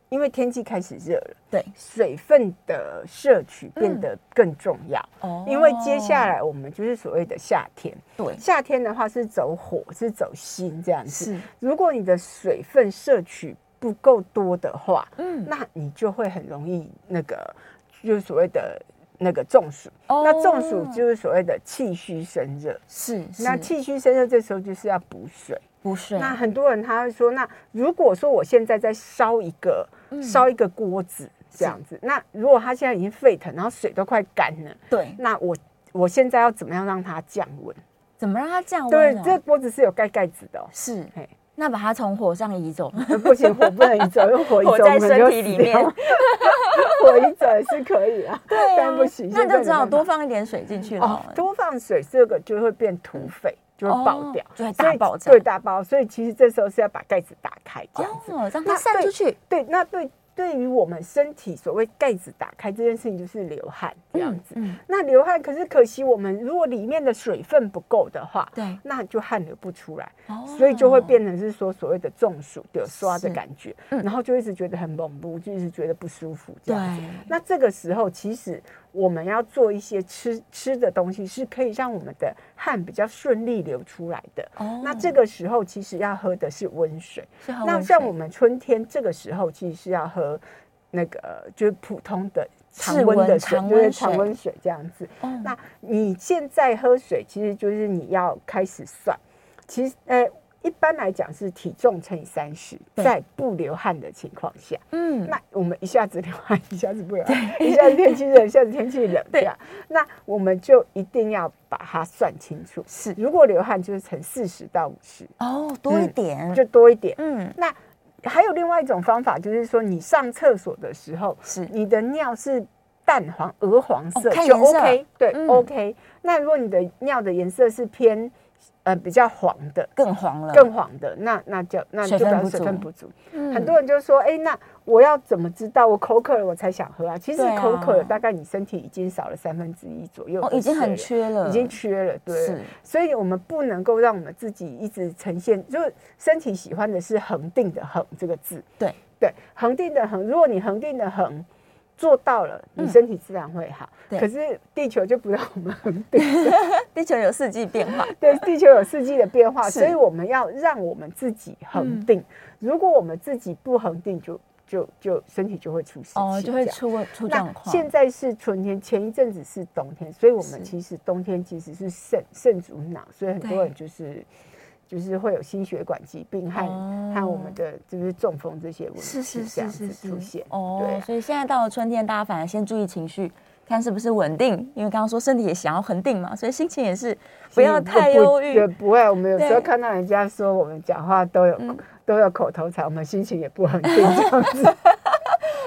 [SPEAKER 3] 因为天气开始热了，
[SPEAKER 2] 对，嗯
[SPEAKER 3] 水分的摄取变得更重要，
[SPEAKER 2] 哦
[SPEAKER 3] 因为接下来我们就是所谓的夏天。
[SPEAKER 2] 对
[SPEAKER 3] 夏天的话是走火，是走心这样子。
[SPEAKER 2] 是
[SPEAKER 3] 如果你的水分摄取不够多的话，
[SPEAKER 2] 嗯
[SPEAKER 3] 那你就会很容易那个，就是所谓的那个中暑。
[SPEAKER 2] 哦
[SPEAKER 3] 那中暑就是所谓的气虚生热。
[SPEAKER 2] 是
[SPEAKER 3] 那
[SPEAKER 2] 是
[SPEAKER 3] 气虚生热，这时候就是要补水。
[SPEAKER 2] 不睡
[SPEAKER 3] 那很多人他会说，那如果说我现在在烧一个、
[SPEAKER 2] 嗯
[SPEAKER 3] 烧一个锅子这样子，那如果它现在已经沸腾，然后水都快干了，
[SPEAKER 2] 对，
[SPEAKER 3] 那我我现在要怎么样让它降温？
[SPEAKER 2] 怎么让它降温
[SPEAKER 3] 对
[SPEAKER 2] 呢？，
[SPEAKER 3] 这锅子是有盖盖子的哦。
[SPEAKER 2] 是
[SPEAKER 3] 嘿
[SPEAKER 2] 那把它从火上移走，
[SPEAKER 3] 呃不行，火不能 移走，因为火一走
[SPEAKER 2] 火在身体里，面
[SPEAKER 3] 我们就死掉 火一走也是可以啊，
[SPEAKER 2] 对啊
[SPEAKER 3] 但不行，
[SPEAKER 2] 那
[SPEAKER 3] 现在
[SPEAKER 2] 就只好
[SPEAKER 3] 没办法
[SPEAKER 2] 多放一点水进去
[SPEAKER 3] 哦
[SPEAKER 2] 了，。
[SPEAKER 3] 多放水这个就会变土匪，就会爆掉
[SPEAKER 2] 哦，就会
[SPEAKER 3] 所以
[SPEAKER 2] 大爆炸
[SPEAKER 3] 对大爆。所以其实这时候是要把盖子打开，这样子、
[SPEAKER 2] 哦，让它
[SPEAKER 3] 那
[SPEAKER 2] 散
[SPEAKER 3] 对
[SPEAKER 2] 出去。
[SPEAKER 3] 对，那对对于我们身体所谓盖子打开这件事情，就是流汗这样子。
[SPEAKER 2] 嗯，
[SPEAKER 3] 那流汗，可是可惜我们如果里面的水分不够的话，
[SPEAKER 2] 对，
[SPEAKER 3] 那就汗流不出来，
[SPEAKER 2] 哦
[SPEAKER 3] 所以就会变成是说所谓的中暑、有刷的
[SPEAKER 2] 是
[SPEAKER 3] 感觉，
[SPEAKER 2] 嗯
[SPEAKER 3] 然后就一直觉得很猛不，就一直觉得不舒服这
[SPEAKER 2] 对
[SPEAKER 3] 样子。那这个时候，其实我们要做一些吃吃的东西，是可以让我们的汗比较顺利流出来的。
[SPEAKER 2] 哦
[SPEAKER 3] 那这个时候，其实要喝的是温水。
[SPEAKER 2] 啊是喝
[SPEAKER 3] 那
[SPEAKER 2] 温
[SPEAKER 3] 像
[SPEAKER 2] 水
[SPEAKER 3] 我们春天这个时候，其实是要喝那个呃就是普通的常
[SPEAKER 2] 室
[SPEAKER 3] 温
[SPEAKER 2] 温
[SPEAKER 3] 的水，
[SPEAKER 2] 常
[SPEAKER 3] 就是
[SPEAKER 2] 温
[SPEAKER 3] 常
[SPEAKER 2] 水
[SPEAKER 3] 温水这样子。
[SPEAKER 2] 哦
[SPEAKER 3] 那你现在喝水，其实就是你要开始算，其实呃。一般来讲是体重乘以三十，
[SPEAKER 2] 对
[SPEAKER 3] 在不流汗的情况下，
[SPEAKER 2] 嗯
[SPEAKER 3] 那我们一下子流汗，一下子不流汗，一下子天气热，一下子天气冷，
[SPEAKER 2] 对
[SPEAKER 3] 这样，那我们就一定要把它算清楚。
[SPEAKER 2] 是
[SPEAKER 3] 如果流汗就是乘四十到五十，
[SPEAKER 2] 哦多一
[SPEAKER 3] 嗯
[SPEAKER 2] 点
[SPEAKER 3] 就多一点。
[SPEAKER 2] 嗯
[SPEAKER 3] 那还有另外一种方法，就是说你上厕所的时候，
[SPEAKER 2] 是
[SPEAKER 3] 你的尿是淡黄、鹅黄色、
[SPEAKER 2] 哦看
[SPEAKER 3] 就
[SPEAKER 2] 颜色
[SPEAKER 3] OK，对、
[SPEAKER 2] 嗯
[SPEAKER 3] OK。那如果你的尿的颜色是偏呃比较黄的。
[SPEAKER 2] 更黄了，
[SPEAKER 3] 更黄的，那那就那就
[SPEAKER 2] 嗯水分
[SPEAKER 3] 表
[SPEAKER 2] 不
[SPEAKER 3] 示水分
[SPEAKER 2] 足
[SPEAKER 3] 不足。
[SPEAKER 2] 嗯
[SPEAKER 3] 很多人就说：“哎、那我要怎么知道我口渴了我才想喝啊？”其实
[SPEAKER 2] 对啊
[SPEAKER 3] 口渴了，大概你身体已经少了三分之一左右的
[SPEAKER 2] 哦
[SPEAKER 3] 水了，
[SPEAKER 2] 已经很缺了，
[SPEAKER 3] 已经缺了，对
[SPEAKER 2] 是。
[SPEAKER 3] 所以我们不能够让我们自己一直呈现，就是身体喜欢的是恒定的恒这个字，
[SPEAKER 2] 对
[SPEAKER 3] 对，恒定的恒。如果你恒定的恒做到了，你身体自然会好。
[SPEAKER 2] 对
[SPEAKER 3] 可是地球就不让我们恒定，
[SPEAKER 2] 地球有四季变化，
[SPEAKER 3] 对，地球有四季的变化，
[SPEAKER 2] 是嗯
[SPEAKER 3] 所以我们要让我们自己恒定。如果我们自己不恒定就，就就身体就会出事情，
[SPEAKER 2] 哦就会
[SPEAKER 3] 这样
[SPEAKER 2] 出问出状
[SPEAKER 3] 那
[SPEAKER 2] 况。
[SPEAKER 3] 现在是春天，前一阵子是冬天，所以我
[SPEAKER 2] 是
[SPEAKER 3] 们其实冬天其实是肾肾主脑，所以很
[SPEAKER 2] 对
[SPEAKER 3] 多人就是就是会有心血管疾病和、
[SPEAKER 2] 哦
[SPEAKER 3] 和我们的就是中风这些问题
[SPEAKER 2] 是是
[SPEAKER 3] 这
[SPEAKER 2] 是
[SPEAKER 3] 样
[SPEAKER 2] 是
[SPEAKER 3] 子
[SPEAKER 2] 是
[SPEAKER 3] 出现。
[SPEAKER 2] 哦，
[SPEAKER 3] 对啊
[SPEAKER 2] 所以现在到了春天，大家反而先注意情绪，看是不是稳定，因为刚刚说身体也想要恒定嘛，所以心情也是不要太忧郁
[SPEAKER 3] 对，，不会。我们有时
[SPEAKER 2] 对嗯
[SPEAKER 3] 候看到人家说我们讲话都有、都有口头禅，我们心情也不稳定， 这样子。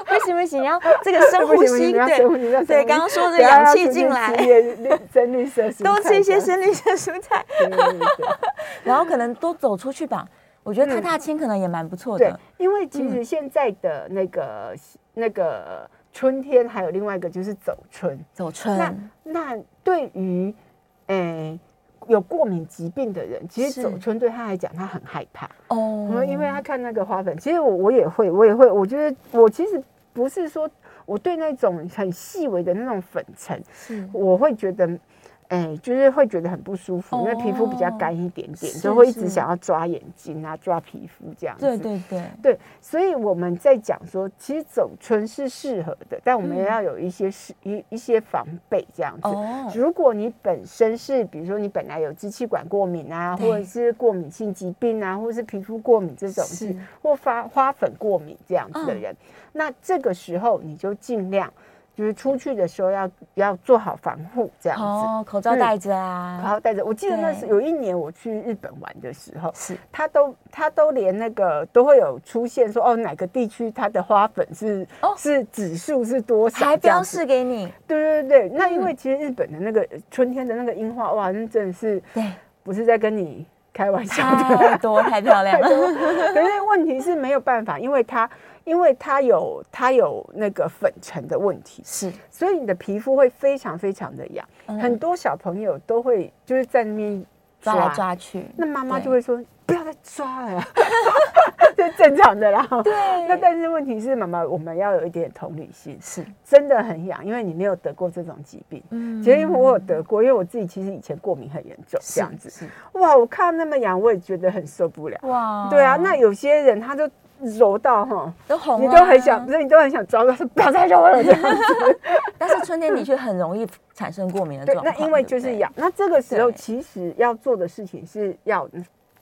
[SPEAKER 2] 不行不行，要这个深
[SPEAKER 3] 不
[SPEAKER 2] 呼
[SPEAKER 3] 行不
[SPEAKER 2] 吸，
[SPEAKER 3] 行，要深呼吸，要
[SPEAKER 2] 对
[SPEAKER 3] 深呼
[SPEAKER 2] 对，
[SPEAKER 3] 吸
[SPEAKER 2] 刚刚说的
[SPEAKER 3] 不要
[SPEAKER 2] 氧
[SPEAKER 3] 让
[SPEAKER 2] 气
[SPEAKER 3] 出
[SPEAKER 2] 进
[SPEAKER 3] 去
[SPEAKER 2] 来
[SPEAKER 3] 吃，叶绿真绿色蔬菜，
[SPEAKER 2] 多吃一些
[SPEAKER 3] 这
[SPEAKER 2] 生
[SPEAKER 3] 样
[SPEAKER 2] 绿色蔬菜，
[SPEAKER 3] 对对对。
[SPEAKER 2] 然后可能多走出去吧。我觉得踏踏青可能也蛮不错
[SPEAKER 3] 嗯对
[SPEAKER 2] 哦的，，嗯
[SPEAKER 3] 因为其实现在的那个、那个春天，还有另外一个就是走春。
[SPEAKER 2] 走
[SPEAKER 3] 那
[SPEAKER 2] 春
[SPEAKER 3] 那对于诶、有过敏疾病的人，其
[SPEAKER 2] 是
[SPEAKER 3] 实走春对他来讲，他很害怕。
[SPEAKER 2] 哦，
[SPEAKER 3] 嗯，因为他看那个花粉，其实我我也会，我也会，我觉得我其实不是说我对那种很细微的那种粉尘，
[SPEAKER 2] 是
[SPEAKER 3] 我会觉得。哎、就是会觉得很不舒服，因为皮肤比较
[SPEAKER 2] 哦
[SPEAKER 3] 干一点点，
[SPEAKER 2] 是
[SPEAKER 3] 就会一直
[SPEAKER 2] 是
[SPEAKER 3] 想要抓眼睛啊、抓皮肤这样子。
[SPEAKER 2] 对对对，
[SPEAKER 3] 对，所以我们在讲说，其实走春是适合的，但我们也要有一些是、一一些防备这样子。
[SPEAKER 2] 嗯哦
[SPEAKER 3] 如果你本身是，比如说你本来有支气管过敏啊，
[SPEAKER 2] 对
[SPEAKER 3] 或者是过敏性疾病啊，或者是皮肤过敏这种
[SPEAKER 2] 是嗯
[SPEAKER 3] 事，或发花粉过敏这样子的人，那这个时候你就尽量。就是出去的时候要要做好防护这样子。
[SPEAKER 2] 哦，口罩
[SPEAKER 3] 嗯
[SPEAKER 2] 戴着
[SPEAKER 3] 然
[SPEAKER 2] 啊，
[SPEAKER 3] 后带着，我记得那是
[SPEAKER 2] 对
[SPEAKER 3] 有一年我去日本玩的时候，
[SPEAKER 2] 是
[SPEAKER 3] 他都他都连那个都会有出现说哦哪个地区它的花粉是、
[SPEAKER 2] 哦
[SPEAKER 3] 是指数是多少，
[SPEAKER 2] 还
[SPEAKER 3] 这
[SPEAKER 2] 标
[SPEAKER 3] 样子
[SPEAKER 2] 示给你，
[SPEAKER 3] 对对对，那因
[SPEAKER 2] 嗯
[SPEAKER 3] 为其实日本的那个春天的那个樱花，哇，那真的是
[SPEAKER 2] 对，
[SPEAKER 3] 不是在跟你开玩笑 的。
[SPEAKER 2] 太多太漂亮了，
[SPEAKER 3] 可是问题是没有办法，因为它因为它有它有那个粉尘的问题，
[SPEAKER 2] 是
[SPEAKER 3] 所以你的皮肤会非常非常的痒。
[SPEAKER 2] 嗯
[SPEAKER 3] 很多小朋友都会就是在那边
[SPEAKER 2] 抓来抓去，
[SPEAKER 3] 啊那妈妈
[SPEAKER 2] 对
[SPEAKER 3] 就会说不要再抓 了，这是正常的啦。对。那但是问题是，妈妈我们要有一点同理心，
[SPEAKER 2] 是，
[SPEAKER 3] 真的很痒，因为你没有得过这种疾病。
[SPEAKER 2] 嗯
[SPEAKER 3] 其实我有得过，因为我自己其实以前过敏很严重，
[SPEAKER 2] 是
[SPEAKER 3] 这样子。
[SPEAKER 2] 是
[SPEAKER 3] 哇，我看到那么痒，我也觉得很受不了。
[SPEAKER 2] 哇，
[SPEAKER 3] 对啊，那有些人他就揉到哈，
[SPEAKER 2] 都红
[SPEAKER 3] 你
[SPEAKER 2] 了啊，
[SPEAKER 3] 都很想，不是你都很想抓住他说不要再揉了这 样子。
[SPEAKER 2] 但是春天的确很容易产生过敏的
[SPEAKER 3] 对
[SPEAKER 2] 状，况。
[SPEAKER 3] 那因为
[SPEAKER 2] 对不
[SPEAKER 3] 就是
[SPEAKER 2] 对，
[SPEAKER 3] 痒。那这个时候
[SPEAKER 2] 对
[SPEAKER 3] 其实要做的事情是要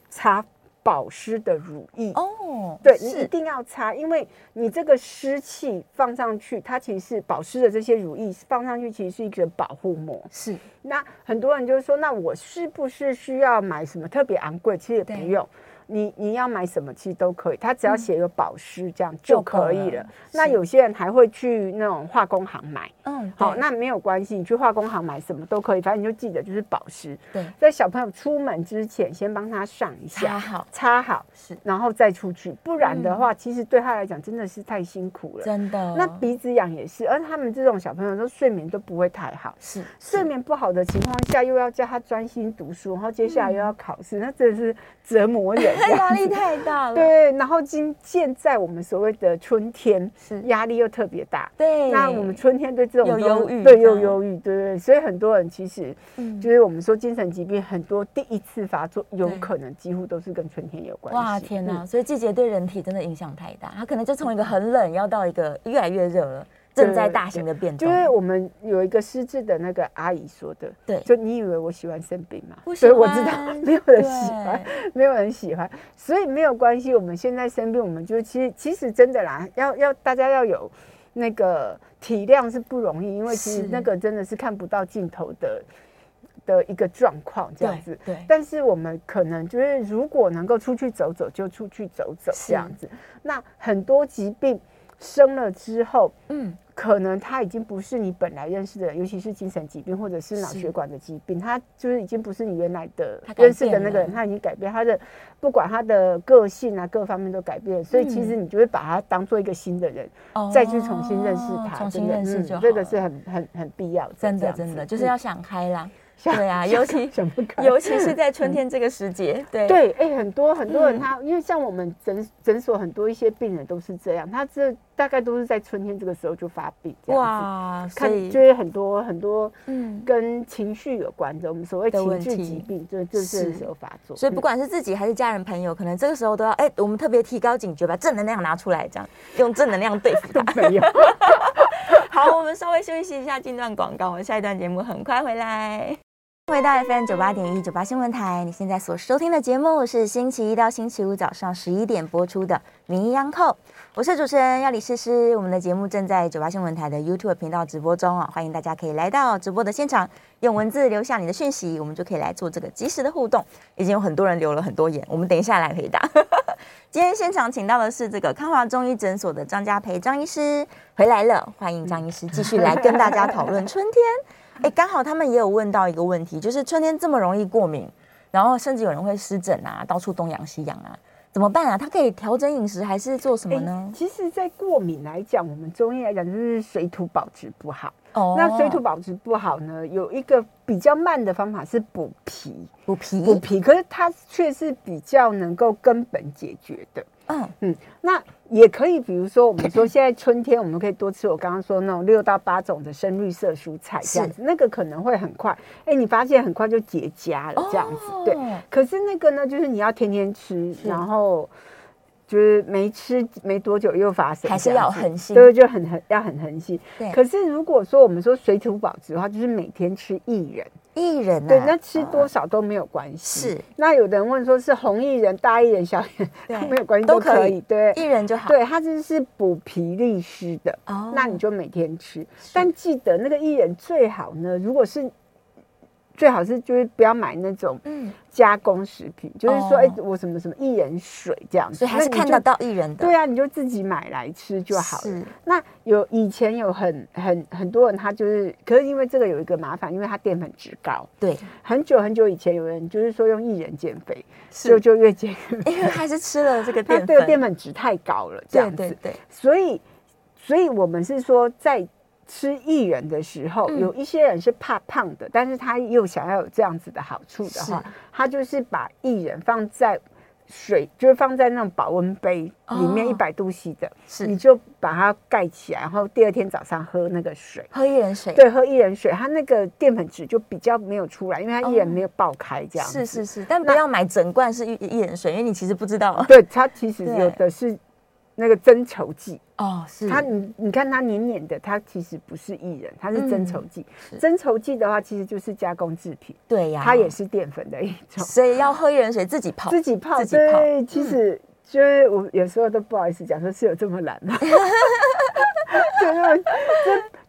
[SPEAKER 3] 擦保湿的乳液。
[SPEAKER 2] 哦，
[SPEAKER 3] 对你一
[SPEAKER 2] 是
[SPEAKER 3] 定要擦，因为你这个湿气放上去，它其实是保湿的这些乳液放上去，其实是一个保护膜。
[SPEAKER 2] 是，
[SPEAKER 3] 那很多人就说，那我是不是需要买什么特别昂贵？其实也不
[SPEAKER 2] 对嗯
[SPEAKER 3] 用，你你要买什么其实都可以，它只要写有保湿这样
[SPEAKER 2] 就
[SPEAKER 3] 就
[SPEAKER 2] 够
[SPEAKER 3] 可以
[SPEAKER 2] 了
[SPEAKER 3] 了。那
[SPEAKER 2] 是
[SPEAKER 3] 有些人还会去那种化工行买，
[SPEAKER 2] 嗯，
[SPEAKER 3] 好，
[SPEAKER 2] 对
[SPEAKER 3] 那没有关系，你去化工行买什么都可以，反正你就记得就是保湿，
[SPEAKER 2] 对
[SPEAKER 3] 在小朋友出门之前先帮他上一
[SPEAKER 2] 擦
[SPEAKER 3] 下，
[SPEAKER 2] 好
[SPEAKER 3] 擦好，
[SPEAKER 2] 是
[SPEAKER 3] 然后再出去，不然的话，其实对他来讲真的是太辛苦了。
[SPEAKER 2] 嗯真的，
[SPEAKER 3] 那鼻子痒也是，而他们这种小朋友都睡眠都不会太好。
[SPEAKER 2] 是。
[SPEAKER 3] 睡眠不好的情况下，又要叫他专心读书，然后接下来又要考试，那真的是折磨人
[SPEAKER 2] 嗯 压
[SPEAKER 3] 这
[SPEAKER 2] 力
[SPEAKER 3] 样子
[SPEAKER 2] 太大了，
[SPEAKER 3] 对，然后今现在我们所谓的春天，
[SPEAKER 2] 是
[SPEAKER 3] 压力又特别大。
[SPEAKER 2] 对，
[SPEAKER 3] 那我们春天对这种
[SPEAKER 2] 有忧
[SPEAKER 3] 东
[SPEAKER 2] 郁
[SPEAKER 3] 对，
[SPEAKER 2] 这样
[SPEAKER 3] 又忧郁，对对对，所以很多人其实
[SPEAKER 2] 嗯
[SPEAKER 3] 就是我们说精神疾病，很多第一次发作有
[SPEAKER 2] 对
[SPEAKER 3] 可能几乎都是跟春天有关系。
[SPEAKER 2] 哇天哪，
[SPEAKER 3] 嗯！
[SPEAKER 2] 所以季节对人体真的影响太大，它可能就从一个很冷，要到一个越来越热了，正在
[SPEAKER 3] 对
[SPEAKER 2] 大型的变动
[SPEAKER 3] 就，是我们有一个失智的那个阿姨说的，
[SPEAKER 2] 对
[SPEAKER 3] 就你以为我喜欢生病吗？
[SPEAKER 2] 不
[SPEAKER 3] 所以
[SPEAKER 2] 喜
[SPEAKER 3] 我知道
[SPEAKER 2] 欢
[SPEAKER 3] 没有人喜欢，
[SPEAKER 2] 对
[SPEAKER 3] 没有人喜欢，所以没有关系。我们现在生病，我们就其实其实真的啦，要要大家要有那个体谅是不容易，因为其
[SPEAKER 2] 是
[SPEAKER 3] 实那个真的是看不到尽头的的一个状况这样子。
[SPEAKER 2] 对对
[SPEAKER 3] 但是我们可能就是如果能够出去走走，就出去走走
[SPEAKER 2] 是
[SPEAKER 3] 这样子。那很多疾病生了之后。
[SPEAKER 2] 嗯，
[SPEAKER 3] 可能他已经不是你本来认识的人，尤其是精神疾病或者是脑血管的疾病，他就是已经不是你原来的
[SPEAKER 2] 他改变
[SPEAKER 3] 认识的那个人，
[SPEAKER 2] 了
[SPEAKER 3] 他已经改变他的，不管他的个性啊各方面都改变了，所以
[SPEAKER 2] 嗯
[SPEAKER 3] 其实你就会把他当做一个新的人，
[SPEAKER 2] 哦
[SPEAKER 3] 再去重新认识他，
[SPEAKER 2] 重新
[SPEAKER 3] 真的
[SPEAKER 2] 认识
[SPEAKER 3] 嗯
[SPEAKER 2] 就好了
[SPEAKER 3] 这个是很很很必要的，
[SPEAKER 2] 真
[SPEAKER 3] 这
[SPEAKER 2] 的
[SPEAKER 3] 样子嗯
[SPEAKER 2] 真的就是要想开啦，
[SPEAKER 3] 想
[SPEAKER 2] 对啊，
[SPEAKER 3] 想
[SPEAKER 2] 尤其
[SPEAKER 3] 想不开嗯
[SPEAKER 2] 尤其是在春天这个时节，对
[SPEAKER 3] 对，哎、很多很多
[SPEAKER 2] 嗯
[SPEAKER 3] 人他，因为像我们诊诊所很多一些病人都是这样，他这大概都是在春天这个时候就发病，这样子。
[SPEAKER 2] 哇，所
[SPEAKER 3] 看，
[SPEAKER 2] 以
[SPEAKER 3] 就是很多很多
[SPEAKER 2] 嗯。
[SPEAKER 3] 跟情绪有关的，我们所谓
[SPEAKER 2] 的问
[SPEAKER 3] 情
[SPEAKER 2] 题
[SPEAKER 3] 绪疾病，就就是
[SPEAKER 2] 是
[SPEAKER 3] 这时候发作。
[SPEAKER 2] 所以不管是自己还是家人朋友，可能这个时候都要哎、我们特别提高警觉，把正能量拿出来，这样用正能量对付它。
[SPEAKER 3] 嗯没 有，
[SPEAKER 2] 好，我们稍微休息一下，进段广告，我们下一段节目很快回来。回到 FM 九八点一九八新闻台，你现在所收听的节目是星期一到星期五早上十一点播出的《名医央叩》，我是主持人要李诗诗。我们的节目正在九八新闻台的 YouTube 频道直播中啊，欢迎大家可以来到直播的现场，用文字留下你的讯息，我们就可以来做这个及时的互动。已经有很多人留了很多言，我们等一下来回答。今天现场请到的是这个康华中医诊所的张家培张医师回来了，欢迎张医师继续来跟大家讨论春 天。哎，刚好他们也有问到一个问题，就是春天这么容易过敏，然后甚至有人会湿疹啊，到处东痒西痒啊，怎么办啊？他可以调整饮食还是做什么呢
[SPEAKER 3] 诶？其实，在过敏来讲，我们中医来讲就是水土保持不好。
[SPEAKER 2] 哦
[SPEAKER 3] 哎那水土保持不好呢，有一个比较慢的方法是补脾，
[SPEAKER 2] 补脾，
[SPEAKER 3] 补脾，可是它却是比较能够根本解决的。
[SPEAKER 2] 嗯，
[SPEAKER 3] 嗯，那也可以，比如说我们说现在春天，我们可以多吃我刚刚说那种六到八种的深绿色蔬菜，这样子，那个可能会很快，哎、你发现很快就结呃痂了，这样子，对
[SPEAKER 2] 哦。
[SPEAKER 3] 可是那个呢，就是你要天天吃，然后就是没吃没多久又发生，
[SPEAKER 2] 还是要恒心
[SPEAKER 3] 对，就很很要很恒心。
[SPEAKER 2] 对
[SPEAKER 3] 可是如果说我们说水土保持的话，就是每天吃薏仁，
[SPEAKER 2] 薏仁啊，
[SPEAKER 3] 对，那吃
[SPEAKER 2] 嗯
[SPEAKER 3] 多少都没有关系。
[SPEAKER 2] 是，
[SPEAKER 3] 那有的人问说是红薏仁、大薏仁、小薏
[SPEAKER 2] 对
[SPEAKER 3] 仁都没有关系，
[SPEAKER 2] 都
[SPEAKER 3] 都
[SPEAKER 2] 可
[SPEAKER 3] 可
[SPEAKER 2] 以
[SPEAKER 3] 以。对，
[SPEAKER 2] 薏仁就好。
[SPEAKER 3] 对，它这是补脾利湿的。
[SPEAKER 2] 哦
[SPEAKER 3] 那你就每天吃。但记得那个薏仁最好呢，如果是最好是就是不要买那种
[SPEAKER 2] 嗯，
[SPEAKER 3] 加工食品，就是说，
[SPEAKER 2] 哦
[SPEAKER 3] 哎、我什么什么薏仁水这样子，
[SPEAKER 2] 所以还是
[SPEAKER 3] 那你
[SPEAKER 2] 看
[SPEAKER 3] 就
[SPEAKER 2] 得。到薏仁的，
[SPEAKER 3] 对啊，你就自己买来吃就好了。
[SPEAKER 2] 是
[SPEAKER 3] 那有以前有很很很多人，他就是，可是因为这个有一个麻烦，因为它淀粉值高。
[SPEAKER 2] 对，
[SPEAKER 3] 很久很久以前，有人就是说用薏仁减肥，
[SPEAKER 2] 是
[SPEAKER 3] 就就越减越
[SPEAKER 2] 因为还是吃了这个
[SPEAKER 3] 它
[SPEAKER 2] 淀
[SPEAKER 3] 对
[SPEAKER 2] 粉，
[SPEAKER 3] 淀粉值太高了，这
[SPEAKER 2] 对
[SPEAKER 3] 样
[SPEAKER 2] 对
[SPEAKER 3] 子。
[SPEAKER 2] 对，
[SPEAKER 3] 所以，所以我们是说，在吃薏仁的时候，
[SPEAKER 2] 嗯
[SPEAKER 3] 有一些人是怕胖的，但是他又想要有这样子的好处的话
[SPEAKER 2] 是，
[SPEAKER 3] 他就是把薏仁放在水，就是放在那种保温杯里面
[SPEAKER 2] 哦
[SPEAKER 3] 一百度 C 的，
[SPEAKER 2] 是
[SPEAKER 3] 你就把它盖起来，然后第二天早上喝那个水。
[SPEAKER 2] 喝薏仁水，，
[SPEAKER 3] 对，喝薏仁水，它那个淀粉质就比较没有出来，因为它薏仁
[SPEAKER 2] 哦
[SPEAKER 3] 没有爆开这样
[SPEAKER 2] 是
[SPEAKER 3] 子。
[SPEAKER 2] 是是，但不要买整罐是薏薏仁水，因为你其实不知道
[SPEAKER 3] 对，它其实
[SPEAKER 2] 对
[SPEAKER 3] 有的是那个增稠剂，
[SPEAKER 2] 哦，是
[SPEAKER 3] 它你你看它黏黏的，它其实不是薏仁，它是增稠剂。
[SPEAKER 2] 嗯是哦
[SPEAKER 3] 增稠剂的话，其实就是加工制品，
[SPEAKER 2] 对呀，
[SPEAKER 3] 它也，是淀粉的一种。
[SPEAKER 2] 所以要喝薏仁水自己泡，
[SPEAKER 3] 自己泡，
[SPEAKER 2] 哦自己泡嗯
[SPEAKER 3] 对，其实就是我有时候都不好意思讲，说是有这么难吗？ 就是这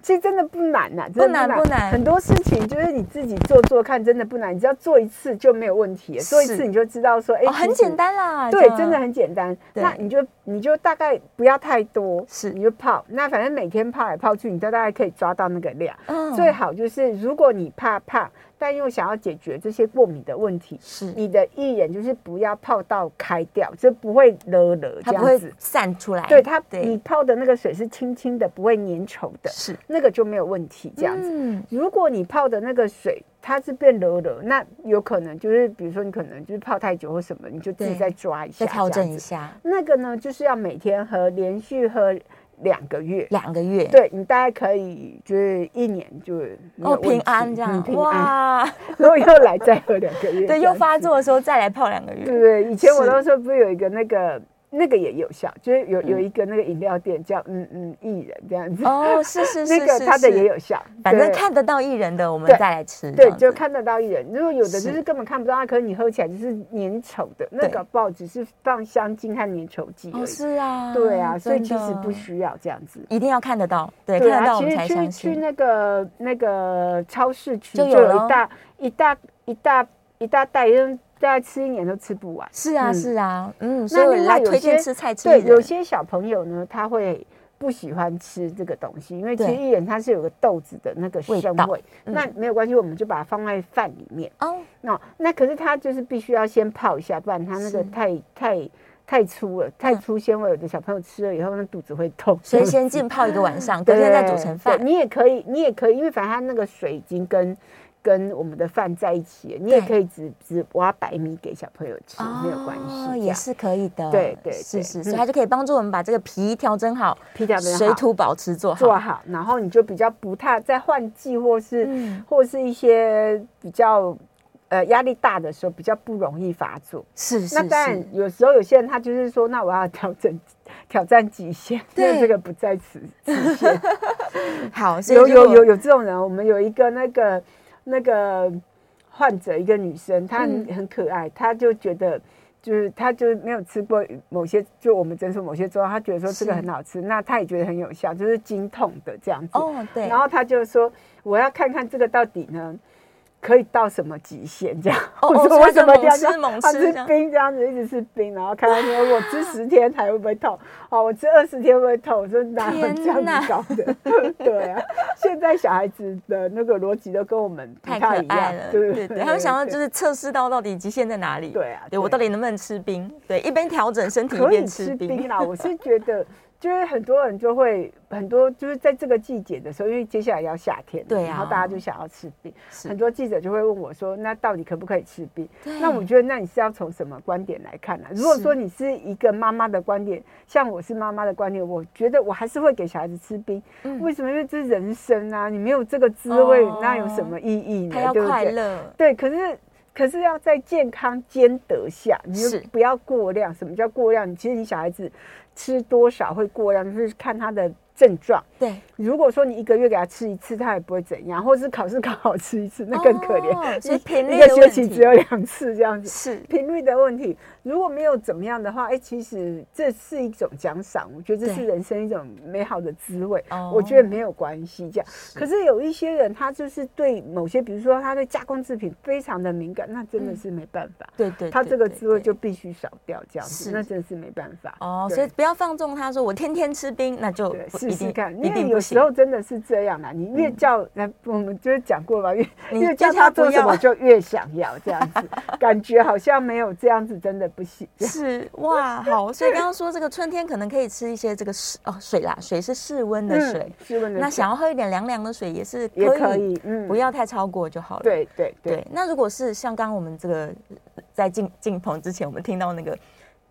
[SPEAKER 3] 其实真的不难呐、真的
[SPEAKER 2] 不难不难
[SPEAKER 3] 很多事情就是你自己做做看，真的不难，你只要做一次就没有问题了，做一
[SPEAKER 2] 是
[SPEAKER 3] 次你就知道说，哎、
[SPEAKER 2] 哦，很
[SPEAKER 3] 其实
[SPEAKER 2] 简单啦，
[SPEAKER 3] 对
[SPEAKER 2] 这，样
[SPEAKER 3] 真的很简单。
[SPEAKER 2] 对
[SPEAKER 3] 那你就你就大概不要太多，
[SPEAKER 2] 是
[SPEAKER 3] 你就泡。那反正每天泡来泡去，你都大概可以抓到那个量。
[SPEAKER 2] 嗯
[SPEAKER 3] 最好就是如果你怕胖，但又想要解决这些过敏的问题，
[SPEAKER 2] 是
[SPEAKER 3] 你的薏仁就是不要泡到开掉，就不会勒勒
[SPEAKER 2] 它
[SPEAKER 3] 这
[SPEAKER 2] 不
[SPEAKER 3] 样
[SPEAKER 2] 会
[SPEAKER 3] 子。
[SPEAKER 2] 散出来，
[SPEAKER 3] 对它，你
[SPEAKER 2] 对，
[SPEAKER 3] 泡的那个水是清清的，不会粘稠的，
[SPEAKER 2] 是嗯
[SPEAKER 3] 那个就没有问题。这样子，
[SPEAKER 2] 子，
[SPEAKER 3] 如果你泡的那个水它是变柔柔，那有可能就是比如说你可能就是泡太久或什么，你就自己
[SPEAKER 2] 对
[SPEAKER 3] 再抓一下，
[SPEAKER 2] 再调整一
[SPEAKER 3] 下。
[SPEAKER 2] 下，
[SPEAKER 3] 那个呢，就是要每天喝，连续喝两个月。
[SPEAKER 2] 两个月，
[SPEAKER 3] 对你大概可以就是一年就没
[SPEAKER 2] 哦，
[SPEAKER 3] 有问题
[SPEAKER 2] 平安这样
[SPEAKER 3] 嗯，平安。
[SPEAKER 2] 哇，
[SPEAKER 3] 如果又来再 喝两个
[SPEAKER 2] 对，
[SPEAKER 3] 月，这
[SPEAKER 2] 又
[SPEAKER 3] 样子
[SPEAKER 2] 发。作的时候再来泡两个月，
[SPEAKER 3] 对对，以前我
[SPEAKER 2] 是
[SPEAKER 3] 都说不是有一个那个那个也有效，就是有有一个那个饮料店叫嗯嗯薏仁这样子，
[SPEAKER 2] 嗯哦，是是是
[SPEAKER 3] 那个
[SPEAKER 2] 是
[SPEAKER 3] 它
[SPEAKER 2] 是
[SPEAKER 3] 的也有效，
[SPEAKER 2] 反正
[SPEAKER 3] 对
[SPEAKER 2] 看得到艺人的，我们
[SPEAKER 3] 对
[SPEAKER 2] 再来吃。这
[SPEAKER 3] 对，
[SPEAKER 2] 样
[SPEAKER 3] 就
[SPEAKER 2] 子
[SPEAKER 3] 看得到艺人。如果有的就是是根本看不到他，可是你喝起来就是粘稠的，那
[SPEAKER 2] 对
[SPEAKER 3] 个爆只是放香精和粘稠剂而
[SPEAKER 2] 哦，
[SPEAKER 3] 已。
[SPEAKER 2] 是啊，
[SPEAKER 3] 对啊，所以
[SPEAKER 2] 真
[SPEAKER 3] 其实
[SPEAKER 2] 的
[SPEAKER 3] 不需要这样子。
[SPEAKER 2] 一定要看得到，对，
[SPEAKER 3] 对
[SPEAKER 2] 看得
[SPEAKER 3] 啊，
[SPEAKER 2] 到我
[SPEAKER 3] 其
[SPEAKER 2] 们
[SPEAKER 3] 实
[SPEAKER 2] 才
[SPEAKER 3] 去
[SPEAKER 2] 相
[SPEAKER 3] 去
[SPEAKER 2] 信。
[SPEAKER 3] 那个那个超市区
[SPEAKER 2] 就
[SPEAKER 3] 就
[SPEAKER 2] 有
[SPEAKER 3] 有
[SPEAKER 2] 咯
[SPEAKER 3] 一大一大一大一大袋，因为大概吃一年都吃不完。
[SPEAKER 2] 是啊，
[SPEAKER 3] 嗯
[SPEAKER 2] 是啊，嗯，所以
[SPEAKER 3] 那
[SPEAKER 2] 我
[SPEAKER 3] 另外
[SPEAKER 2] 来
[SPEAKER 3] 有
[SPEAKER 2] 推荐
[SPEAKER 3] 些
[SPEAKER 2] 吃菜吃
[SPEAKER 3] 对
[SPEAKER 2] 薏，
[SPEAKER 3] 有
[SPEAKER 2] 仁
[SPEAKER 3] 些小朋友呢，他会不喜欢吃这个东西，因为其实
[SPEAKER 2] 对
[SPEAKER 3] 薏仁它是有个豆子的那个
[SPEAKER 2] 味
[SPEAKER 3] 生
[SPEAKER 2] 道
[SPEAKER 3] 味，
[SPEAKER 2] 嗯
[SPEAKER 3] 那没有关系，我们就把它放在饭里面。
[SPEAKER 2] 哦，
[SPEAKER 3] 那、那可是它就是必须要先泡一下，不然它那个
[SPEAKER 2] 是
[SPEAKER 3] 太太太粗了，太
[SPEAKER 2] 嗯
[SPEAKER 3] 粗纤维，有的小朋友吃了以后那肚子会痛。
[SPEAKER 2] 所以先浸泡一个晚上，隔天再煮成饭
[SPEAKER 3] 对。你也可以，你也可以，因为反正它那个水已经跟跟我们的饭在一起了，你也
[SPEAKER 2] 对
[SPEAKER 3] 可以只只挖白米给小朋友吃，没有关系
[SPEAKER 2] 哦
[SPEAKER 3] 这样，
[SPEAKER 2] 也是可以的。
[SPEAKER 3] 对对
[SPEAKER 2] 是
[SPEAKER 3] 对
[SPEAKER 2] 是，
[SPEAKER 3] 嗯
[SPEAKER 2] 所以它就可以帮助我们把这个皮调整好，
[SPEAKER 3] 皮条没有
[SPEAKER 2] 水
[SPEAKER 3] 好
[SPEAKER 2] 土保持做
[SPEAKER 3] 做
[SPEAKER 2] 好。
[SPEAKER 3] 好，然后你就比较不太在换季或是、
[SPEAKER 2] 嗯
[SPEAKER 3] 或是一些比较呃压力大的时候，比较不容易发作。
[SPEAKER 2] 是是
[SPEAKER 3] 那当然
[SPEAKER 2] 是，，
[SPEAKER 3] 有时候有些人他就是说，那我要调整挑战极限，
[SPEAKER 2] 对
[SPEAKER 3] 那这个不在此极限。
[SPEAKER 2] 好，所以
[SPEAKER 3] 有
[SPEAKER 2] 如
[SPEAKER 3] 有
[SPEAKER 2] 果
[SPEAKER 3] 有有这种人，我们有一个那个那个患者，一个女生，她很,、
[SPEAKER 2] 嗯
[SPEAKER 3] 很可爱，她就觉得。就是她就没有吃过某些，就我们诊所某些中药，她觉得说这个
[SPEAKER 2] 是
[SPEAKER 3] 很好吃，那她也觉得很有效，就是经痛的这样子。
[SPEAKER 2] 哦，对，
[SPEAKER 3] 然后她就说我要看看这个到底呢可以到什么极限这样。
[SPEAKER 2] 哦哦
[SPEAKER 3] 我
[SPEAKER 2] 所
[SPEAKER 3] 说
[SPEAKER 2] 以
[SPEAKER 3] 为什
[SPEAKER 2] 她
[SPEAKER 3] 么一定要
[SPEAKER 2] 就
[SPEAKER 3] 这样
[SPEAKER 2] 猛吃猛
[SPEAKER 3] 她
[SPEAKER 2] 吃
[SPEAKER 3] 吃
[SPEAKER 2] 这样
[SPEAKER 3] 冰这样子，一直吃冰，然后看她说我吃十天还会不会痛？哦，我吃二十天会不会痛？我说哪有这样
[SPEAKER 2] 天哪
[SPEAKER 3] 子搞的？ 对啊，现在小孩子的那个逻辑都跟我们不
[SPEAKER 2] 太
[SPEAKER 3] 太
[SPEAKER 2] 可
[SPEAKER 3] 一
[SPEAKER 2] 爱
[SPEAKER 3] 样，
[SPEAKER 2] 了，
[SPEAKER 3] 对
[SPEAKER 2] 对对，他们想要就是是测试到到底极限在哪里。
[SPEAKER 3] 对啊
[SPEAKER 2] 对我
[SPEAKER 3] 对
[SPEAKER 2] 到底能不能吃冰？对，一边调整身体一
[SPEAKER 3] 可以
[SPEAKER 2] 边
[SPEAKER 3] 吃
[SPEAKER 2] 吃
[SPEAKER 3] 冰
[SPEAKER 2] 冰。
[SPEAKER 3] 啦。我是觉得。就是很多人就会很多，就是在这个季节的时候，因为接下来要夏天了，
[SPEAKER 2] 对啊
[SPEAKER 3] 然后大家就想要吃冰，
[SPEAKER 2] 是
[SPEAKER 3] 很多记者就会问我说：“那到底可不可以吃冰？”
[SPEAKER 2] 对
[SPEAKER 3] 那我觉得，那你是要从什么观点来看呢、如果说你是一个妈妈的观点，像我是妈妈的观点，我觉得我还是会给小孩子吃冰。
[SPEAKER 2] 嗯
[SPEAKER 3] 为什么？因为这是人生啊，你没有这个滋味，
[SPEAKER 2] 哦
[SPEAKER 3] 那有什么意义呢？
[SPEAKER 2] 他要
[SPEAKER 3] 对不
[SPEAKER 2] 快
[SPEAKER 3] 对？
[SPEAKER 2] 乐，
[SPEAKER 3] 对，可是。可是要在健康兼得下，你就是不要过量。什么叫过量？其实你小孩子吃多少会过量，就是看他的症状。
[SPEAKER 2] 对，
[SPEAKER 3] 如果说你一个月给他吃一次，他也不会怎样，或是考试考好吃一次， 那更可怜。
[SPEAKER 2] 哦 所以
[SPEAKER 3] 一
[SPEAKER 2] 频率
[SPEAKER 3] 一个
[SPEAKER 2] 的
[SPEAKER 3] 学
[SPEAKER 2] 问
[SPEAKER 3] 期
[SPEAKER 2] 题
[SPEAKER 3] 只有两次这样子，
[SPEAKER 2] 是
[SPEAKER 3] 频率的问题。如果没有怎么样的话，哎、其实这是一种奖赏，我觉得这是
[SPEAKER 2] 对
[SPEAKER 3] 人生一种美好的滋味
[SPEAKER 2] 哦。
[SPEAKER 3] 我觉得没有关系这样。可是有一些人，他就是对某些，比如说他对加工制品非常的敏感，那真的是没办法，
[SPEAKER 2] 对嗯对，
[SPEAKER 3] 他
[SPEAKER 2] 对
[SPEAKER 3] 这个
[SPEAKER 2] 对
[SPEAKER 3] 滋味
[SPEAKER 2] 对
[SPEAKER 3] 就必须少掉这样子，
[SPEAKER 2] 是
[SPEAKER 3] 那真的是没办法。
[SPEAKER 2] 哦，
[SPEAKER 3] 对
[SPEAKER 2] 所以不要放纵他说我天天吃冰，那就
[SPEAKER 3] 对，
[SPEAKER 2] 不
[SPEAKER 3] 试
[SPEAKER 2] 一
[SPEAKER 3] 试
[SPEAKER 2] 定
[SPEAKER 3] 看，
[SPEAKER 2] 一
[SPEAKER 3] 因为
[SPEAKER 2] 定不
[SPEAKER 3] 有时
[SPEAKER 2] 行。嗯
[SPEAKER 3] 候真的是这样啦。你越叫，那我们就是讲过吧，越
[SPEAKER 2] 你
[SPEAKER 3] 越
[SPEAKER 2] 叫
[SPEAKER 3] 叫
[SPEAKER 2] 他
[SPEAKER 3] 他
[SPEAKER 2] 不
[SPEAKER 3] 做什
[SPEAKER 2] 要
[SPEAKER 3] 么就越想要这样子，感觉好像没有这样子真的不行。
[SPEAKER 2] 是哇，好，所以刚刚说这个春天可能可以吃一些这个室哦水啦，水是室温的
[SPEAKER 3] 嗯
[SPEAKER 2] 水，，
[SPEAKER 3] 是问的
[SPEAKER 2] 那
[SPEAKER 3] 水
[SPEAKER 2] 想要喝一点凉凉的水也是
[SPEAKER 3] 也
[SPEAKER 2] 可以，
[SPEAKER 3] 可以嗯
[SPEAKER 2] 不要太超过就好了。
[SPEAKER 3] 对对对
[SPEAKER 2] 对，那如果是像刚刚我们这个在进进棚之前，我们听到那个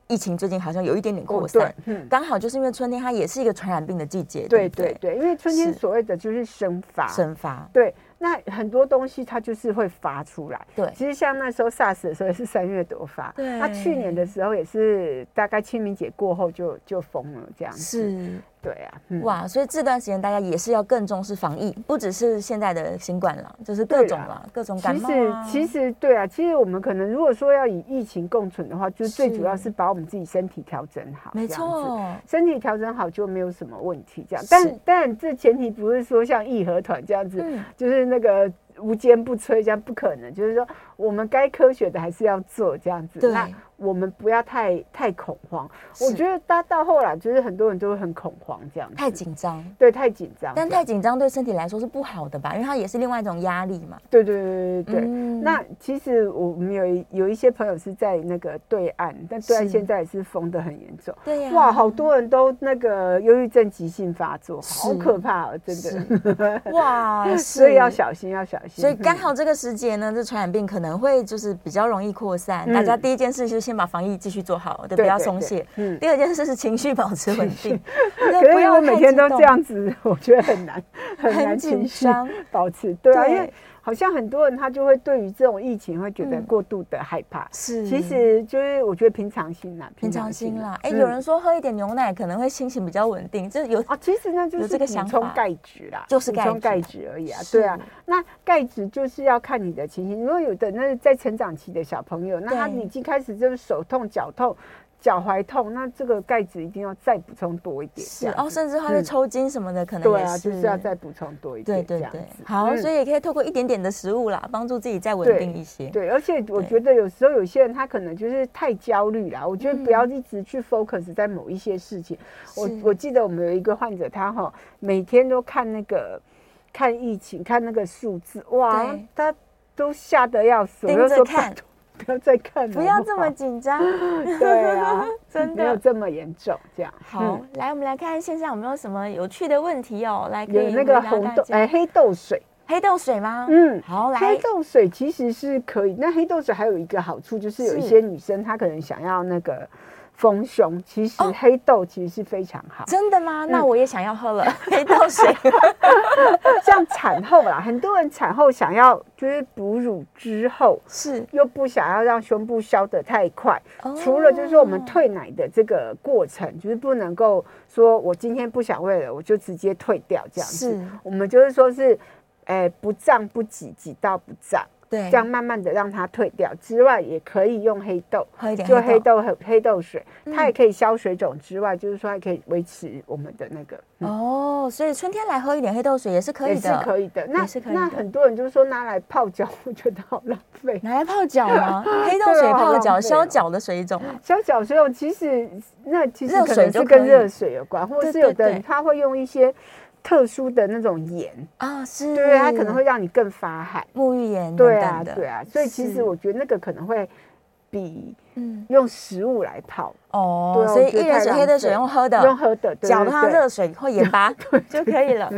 [SPEAKER 2] 疫情最近好像有一点点扩
[SPEAKER 3] 哦
[SPEAKER 2] 散，
[SPEAKER 3] 对嗯
[SPEAKER 2] 刚好就是因为春天它也是一个传染病的季节，
[SPEAKER 3] 对
[SPEAKER 2] 不
[SPEAKER 3] 对对，因为春天
[SPEAKER 2] 是
[SPEAKER 3] 所谓的就是生发，
[SPEAKER 2] 生发，
[SPEAKER 3] 对，那很多东西它就是会发出来。
[SPEAKER 2] 对
[SPEAKER 3] 其实像那时候 SARS 的时候也是三月多发，
[SPEAKER 2] 对
[SPEAKER 3] 那去年的时候也是大概清明节过后就就封了这样子。，
[SPEAKER 2] 是
[SPEAKER 3] 对啊，嗯
[SPEAKER 2] 哇，所以这段时间大家也是要更重视防疫，不只是现在的新冠啦，就是各
[SPEAKER 3] 对
[SPEAKER 2] 种
[SPEAKER 3] 啦
[SPEAKER 2] 啦，各种感
[SPEAKER 3] 其
[SPEAKER 2] 冒
[SPEAKER 3] 实
[SPEAKER 2] 啊
[SPEAKER 3] 其实对啊，其实我们可能如果说要以疫情共存的话，就是最
[SPEAKER 2] 是
[SPEAKER 3] 主要是把我们自己身体调整好，
[SPEAKER 2] 没
[SPEAKER 3] 这样子。
[SPEAKER 2] 错，
[SPEAKER 3] 身体调整好就没有什么问题，这样
[SPEAKER 2] 是。
[SPEAKER 3] 但但这前提不是说像义和团这样子，
[SPEAKER 2] 嗯
[SPEAKER 3] 就是那个无坚不摧，这样不可能。就是说，我们该科学的还是要做这样子。
[SPEAKER 2] 对
[SPEAKER 3] 那我们不要太太恐慌。
[SPEAKER 2] 是
[SPEAKER 3] 我觉得大到后来，就是很多人都会很恐慌这样子，
[SPEAKER 2] 太紧张，
[SPEAKER 3] 对太紧张这
[SPEAKER 2] 但
[SPEAKER 3] 样，
[SPEAKER 2] 太紧张对身体来说是不好的吧，因为它也是另外一种压力嘛。
[SPEAKER 3] 对对对对对对。
[SPEAKER 2] 嗯
[SPEAKER 3] 那其实我们有一有一些朋友是在那个对岸，但对岸
[SPEAKER 2] 是
[SPEAKER 3] 现在也是封得很严重。
[SPEAKER 2] 对呀、
[SPEAKER 3] 哇，好多人都那个忧郁症急性发作，
[SPEAKER 2] 是
[SPEAKER 3] 好可怕哦，真 的。
[SPEAKER 2] 哇，
[SPEAKER 3] 所以
[SPEAKER 2] 是
[SPEAKER 3] 要小心，要小心。
[SPEAKER 2] 所以刚好这个时节呢，这传染病可能会就是比较容易扩散。
[SPEAKER 3] 嗯
[SPEAKER 2] 大家第一件事就是先把防疫继续做好，对，
[SPEAKER 3] 对
[SPEAKER 2] 不要
[SPEAKER 3] 对
[SPEAKER 2] 松
[SPEAKER 3] 对
[SPEAKER 2] 懈。
[SPEAKER 3] 嗯
[SPEAKER 2] 第二件事是情绪保持稳 定，
[SPEAKER 3] 嗯。
[SPEAKER 2] 对
[SPEAKER 3] 可是因为每天都
[SPEAKER 2] 太激动
[SPEAKER 3] 这样子，我觉得 很难，很
[SPEAKER 2] 很
[SPEAKER 3] 难
[SPEAKER 2] 紧
[SPEAKER 3] 情绪
[SPEAKER 2] 张
[SPEAKER 3] 保持。对啊，
[SPEAKER 2] 对
[SPEAKER 3] 因为好像很多人他就会对于这种疫情会觉得
[SPEAKER 2] 嗯
[SPEAKER 3] 过度的害怕。
[SPEAKER 2] 是
[SPEAKER 3] 其实就是我觉得平常心啦，
[SPEAKER 2] 平常心啦。哎、
[SPEAKER 3] 嗯
[SPEAKER 2] 有人说喝一点牛奶可能会心情比较稳定，这有
[SPEAKER 3] 啊，其实呢就
[SPEAKER 2] 有
[SPEAKER 3] 是
[SPEAKER 2] 这个
[SPEAKER 3] 补
[SPEAKER 2] 想
[SPEAKER 3] 充
[SPEAKER 2] 法
[SPEAKER 3] 钙质啦，
[SPEAKER 2] 就是
[SPEAKER 3] 补
[SPEAKER 2] 钙
[SPEAKER 3] 充
[SPEAKER 2] 质
[SPEAKER 3] 钙质而已啊，
[SPEAKER 2] 是
[SPEAKER 3] 对啊。那钙质就是要看你的情形，如果有的那在成长期的小朋友，那他
[SPEAKER 2] 对
[SPEAKER 3] 已经开始就是手痛、脚痛、脚踝痛，那这个钙质一定要再补充多一点，
[SPEAKER 2] 是
[SPEAKER 3] 这样
[SPEAKER 2] 哦，
[SPEAKER 3] 子
[SPEAKER 2] 甚至他会
[SPEAKER 3] 嗯
[SPEAKER 2] 抽筋什么的，可能
[SPEAKER 3] 对
[SPEAKER 2] 也
[SPEAKER 3] 啊，
[SPEAKER 2] 是
[SPEAKER 3] 就是要再补充多一
[SPEAKER 2] 对
[SPEAKER 3] 点，这
[SPEAKER 2] 对
[SPEAKER 3] 样
[SPEAKER 2] 对
[SPEAKER 3] 子。
[SPEAKER 2] 好，
[SPEAKER 3] 嗯
[SPEAKER 2] 所以也可以透过一点点的食物啦，帮助自己再稳
[SPEAKER 3] 对
[SPEAKER 2] 定一些。
[SPEAKER 3] 对，而且我
[SPEAKER 2] 对
[SPEAKER 3] 觉得有时候有些人他可能就是太焦虑啦，我觉得不要一直去 focus 在某一些事情。我
[SPEAKER 2] 嗯是
[SPEAKER 3] 我记得我们有一个患者，他哈每天都看那个看疫情，看那个数字，哇
[SPEAKER 2] 对，
[SPEAKER 3] 他都吓得要死。我
[SPEAKER 2] 盯
[SPEAKER 3] 就
[SPEAKER 2] 着
[SPEAKER 3] 说
[SPEAKER 2] 看，
[SPEAKER 3] 拜托不要再看了，
[SPEAKER 2] 不要
[SPEAKER 3] 好
[SPEAKER 2] 这
[SPEAKER 3] 好
[SPEAKER 2] 么紧张。，
[SPEAKER 3] 对啊
[SPEAKER 2] 真
[SPEAKER 3] 没有
[SPEAKER 2] 的。
[SPEAKER 3] 这么严重，这样
[SPEAKER 2] 好
[SPEAKER 3] 嗯，
[SPEAKER 2] 来我们来看线上有没有什么有趣的问题哦，来可
[SPEAKER 3] 有
[SPEAKER 2] 以
[SPEAKER 3] 那个
[SPEAKER 2] 回答
[SPEAKER 3] 红
[SPEAKER 2] 大
[SPEAKER 3] 豆
[SPEAKER 2] 家
[SPEAKER 3] 哎黑豆水，
[SPEAKER 2] 黑豆水吗？
[SPEAKER 3] 嗯
[SPEAKER 2] 好来
[SPEAKER 3] 黑豆水其实是可以，那黑豆水还有一个好处就是有一
[SPEAKER 2] 是
[SPEAKER 3] 些女生她可能想要那个丰胸，其实
[SPEAKER 2] 哦
[SPEAKER 3] 黑豆其实是非常好，
[SPEAKER 2] 真的吗？
[SPEAKER 3] 嗯
[SPEAKER 2] 那我也想要喝了黑豆 水。
[SPEAKER 3] 像产后啦，很多人产后想要就是哺乳之后。
[SPEAKER 2] 是
[SPEAKER 3] 又不想要让胸部消得太快，
[SPEAKER 2] 哦
[SPEAKER 3] 除了就是说我们退奶的这个过程，就是不能够说我今天不想喂了，我就直接退掉这样子
[SPEAKER 2] 是。
[SPEAKER 3] 我们就是说是，哎、不胀不挤，挤到不胀。
[SPEAKER 2] 对
[SPEAKER 3] 这，样慢慢的让它退掉之外，也可以用黑豆，
[SPEAKER 2] 喝一点
[SPEAKER 3] 就
[SPEAKER 2] 黑
[SPEAKER 3] 黑
[SPEAKER 2] 豆。
[SPEAKER 3] 豆和黑豆水，它也
[SPEAKER 2] 嗯
[SPEAKER 3] 可以消水肿之外，就是说还可以维持我们的那个，嗯
[SPEAKER 2] 哦，所以春天来喝一点黑豆水也是可
[SPEAKER 3] 也
[SPEAKER 2] 以
[SPEAKER 3] 是
[SPEAKER 2] 的，
[SPEAKER 3] 可以的。那
[SPEAKER 2] 也是可以的
[SPEAKER 3] 那很多人就说拿来泡脚，我觉得好浪费。
[SPEAKER 2] 拿来泡脚 吗？黑豆水
[SPEAKER 3] 对啊好
[SPEAKER 2] 泡
[SPEAKER 3] 浪费
[SPEAKER 2] 脚，
[SPEAKER 3] 哦嗯
[SPEAKER 2] 消脚的水肿啊。
[SPEAKER 3] 小脚水用，其实那其实
[SPEAKER 2] 热
[SPEAKER 3] 可
[SPEAKER 2] 水
[SPEAKER 3] 能
[SPEAKER 2] 就是可
[SPEAKER 3] 跟
[SPEAKER 2] 以
[SPEAKER 3] 热水有关，或
[SPEAKER 2] 对
[SPEAKER 3] 者是
[SPEAKER 2] 对
[SPEAKER 3] 有的
[SPEAKER 2] 对
[SPEAKER 3] 人他会用一些特殊的那种盐，
[SPEAKER 2] 啊，是，
[SPEAKER 3] 对，它可能会让你更发汗。
[SPEAKER 2] 沐浴盐等
[SPEAKER 3] 对啊
[SPEAKER 2] 嗯等，的，
[SPEAKER 3] 对啊，所以其
[SPEAKER 2] 是
[SPEAKER 3] 实我觉得那个可能会比
[SPEAKER 2] 嗯，
[SPEAKER 3] 用食物来泡
[SPEAKER 2] 哦
[SPEAKER 3] 对，啊
[SPEAKER 2] 所以
[SPEAKER 3] 我觉得
[SPEAKER 2] 一人
[SPEAKER 3] 太
[SPEAKER 2] 水、
[SPEAKER 3] 浪
[SPEAKER 2] 黑的水
[SPEAKER 3] 费
[SPEAKER 2] 用喝的，
[SPEAKER 3] 用喝的，对
[SPEAKER 2] 搅
[SPEAKER 3] 对
[SPEAKER 2] 它
[SPEAKER 3] 对
[SPEAKER 2] 热水或盐 巴就可以了。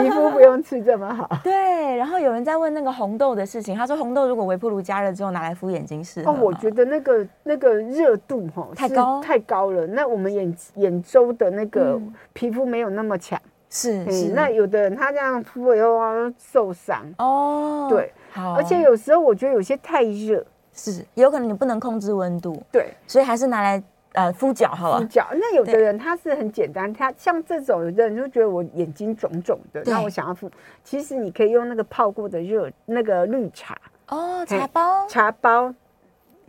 [SPEAKER 3] 皮肤不用吃这么好
[SPEAKER 2] 对，然后有人在问那个红豆的事情，他说红豆如果微波炉加热之后拿来敷眼睛是
[SPEAKER 3] 哦，我觉得那个那个热度哈
[SPEAKER 2] 太高
[SPEAKER 3] 太高了，那我们眼眼周的那个
[SPEAKER 2] 嗯
[SPEAKER 3] 皮肤没有那么强，
[SPEAKER 2] 是
[SPEAKER 3] 嗯
[SPEAKER 2] 是
[SPEAKER 3] 那有的人他这样敷了以后啊受伤，
[SPEAKER 2] 哦，
[SPEAKER 3] 对，
[SPEAKER 2] 好
[SPEAKER 3] 而且有时候我觉得有些太热，
[SPEAKER 2] 是有可能你不能控制温度，
[SPEAKER 3] 对，
[SPEAKER 2] 所以还是拿来呃敷脚好
[SPEAKER 3] 你
[SPEAKER 2] 了。
[SPEAKER 3] 脚。那有的
[SPEAKER 2] 对
[SPEAKER 3] 人他是很简单，他像这种，有的人就觉得我眼睛肿肿的，
[SPEAKER 2] 对
[SPEAKER 3] 那我想要敷。其实你可以用那个泡过的热那个绿茶
[SPEAKER 2] 哦，
[SPEAKER 3] 嘿
[SPEAKER 2] 茶包
[SPEAKER 3] 茶包，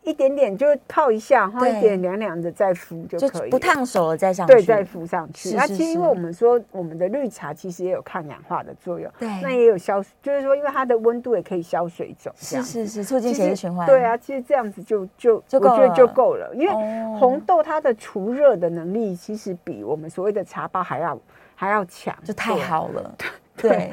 [SPEAKER 3] 一点点就泡一下，然后
[SPEAKER 2] 对
[SPEAKER 3] 一点凉凉的再敷就
[SPEAKER 2] 就
[SPEAKER 3] 可以了，
[SPEAKER 2] 不烫手了再上去。
[SPEAKER 3] 对，再敷上去。
[SPEAKER 2] 是
[SPEAKER 3] 那
[SPEAKER 2] 是
[SPEAKER 3] 其实因为
[SPEAKER 2] 是
[SPEAKER 3] 我们说我们的绿茶其实也有抗氧化的作用，
[SPEAKER 2] 对
[SPEAKER 3] 那也有消，就是说因为它的温度也可以消水肿，这
[SPEAKER 2] 是
[SPEAKER 3] 样。
[SPEAKER 2] 是是，促进
[SPEAKER 3] 其
[SPEAKER 2] 血
[SPEAKER 3] 实
[SPEAKER 2] 液循环。
[SPEAKER 3] 对，啊，其实这样子就就
[SPEAKER 2] 就
[SPEAKER 3] 我觉
[SPEAKER 2] 够
[SPEAKER 3] 得
[SPEAKER 2] 了
[SPEAKER 3] 就够了，因为
[SPEAKER 2] 哦
[SPEAKER 3] 红豆它的除热的能力其实比我们所谓的茶包还要还要强，
[SPEAKER 2] 就太好了。对
[SPEAKER 3] 对，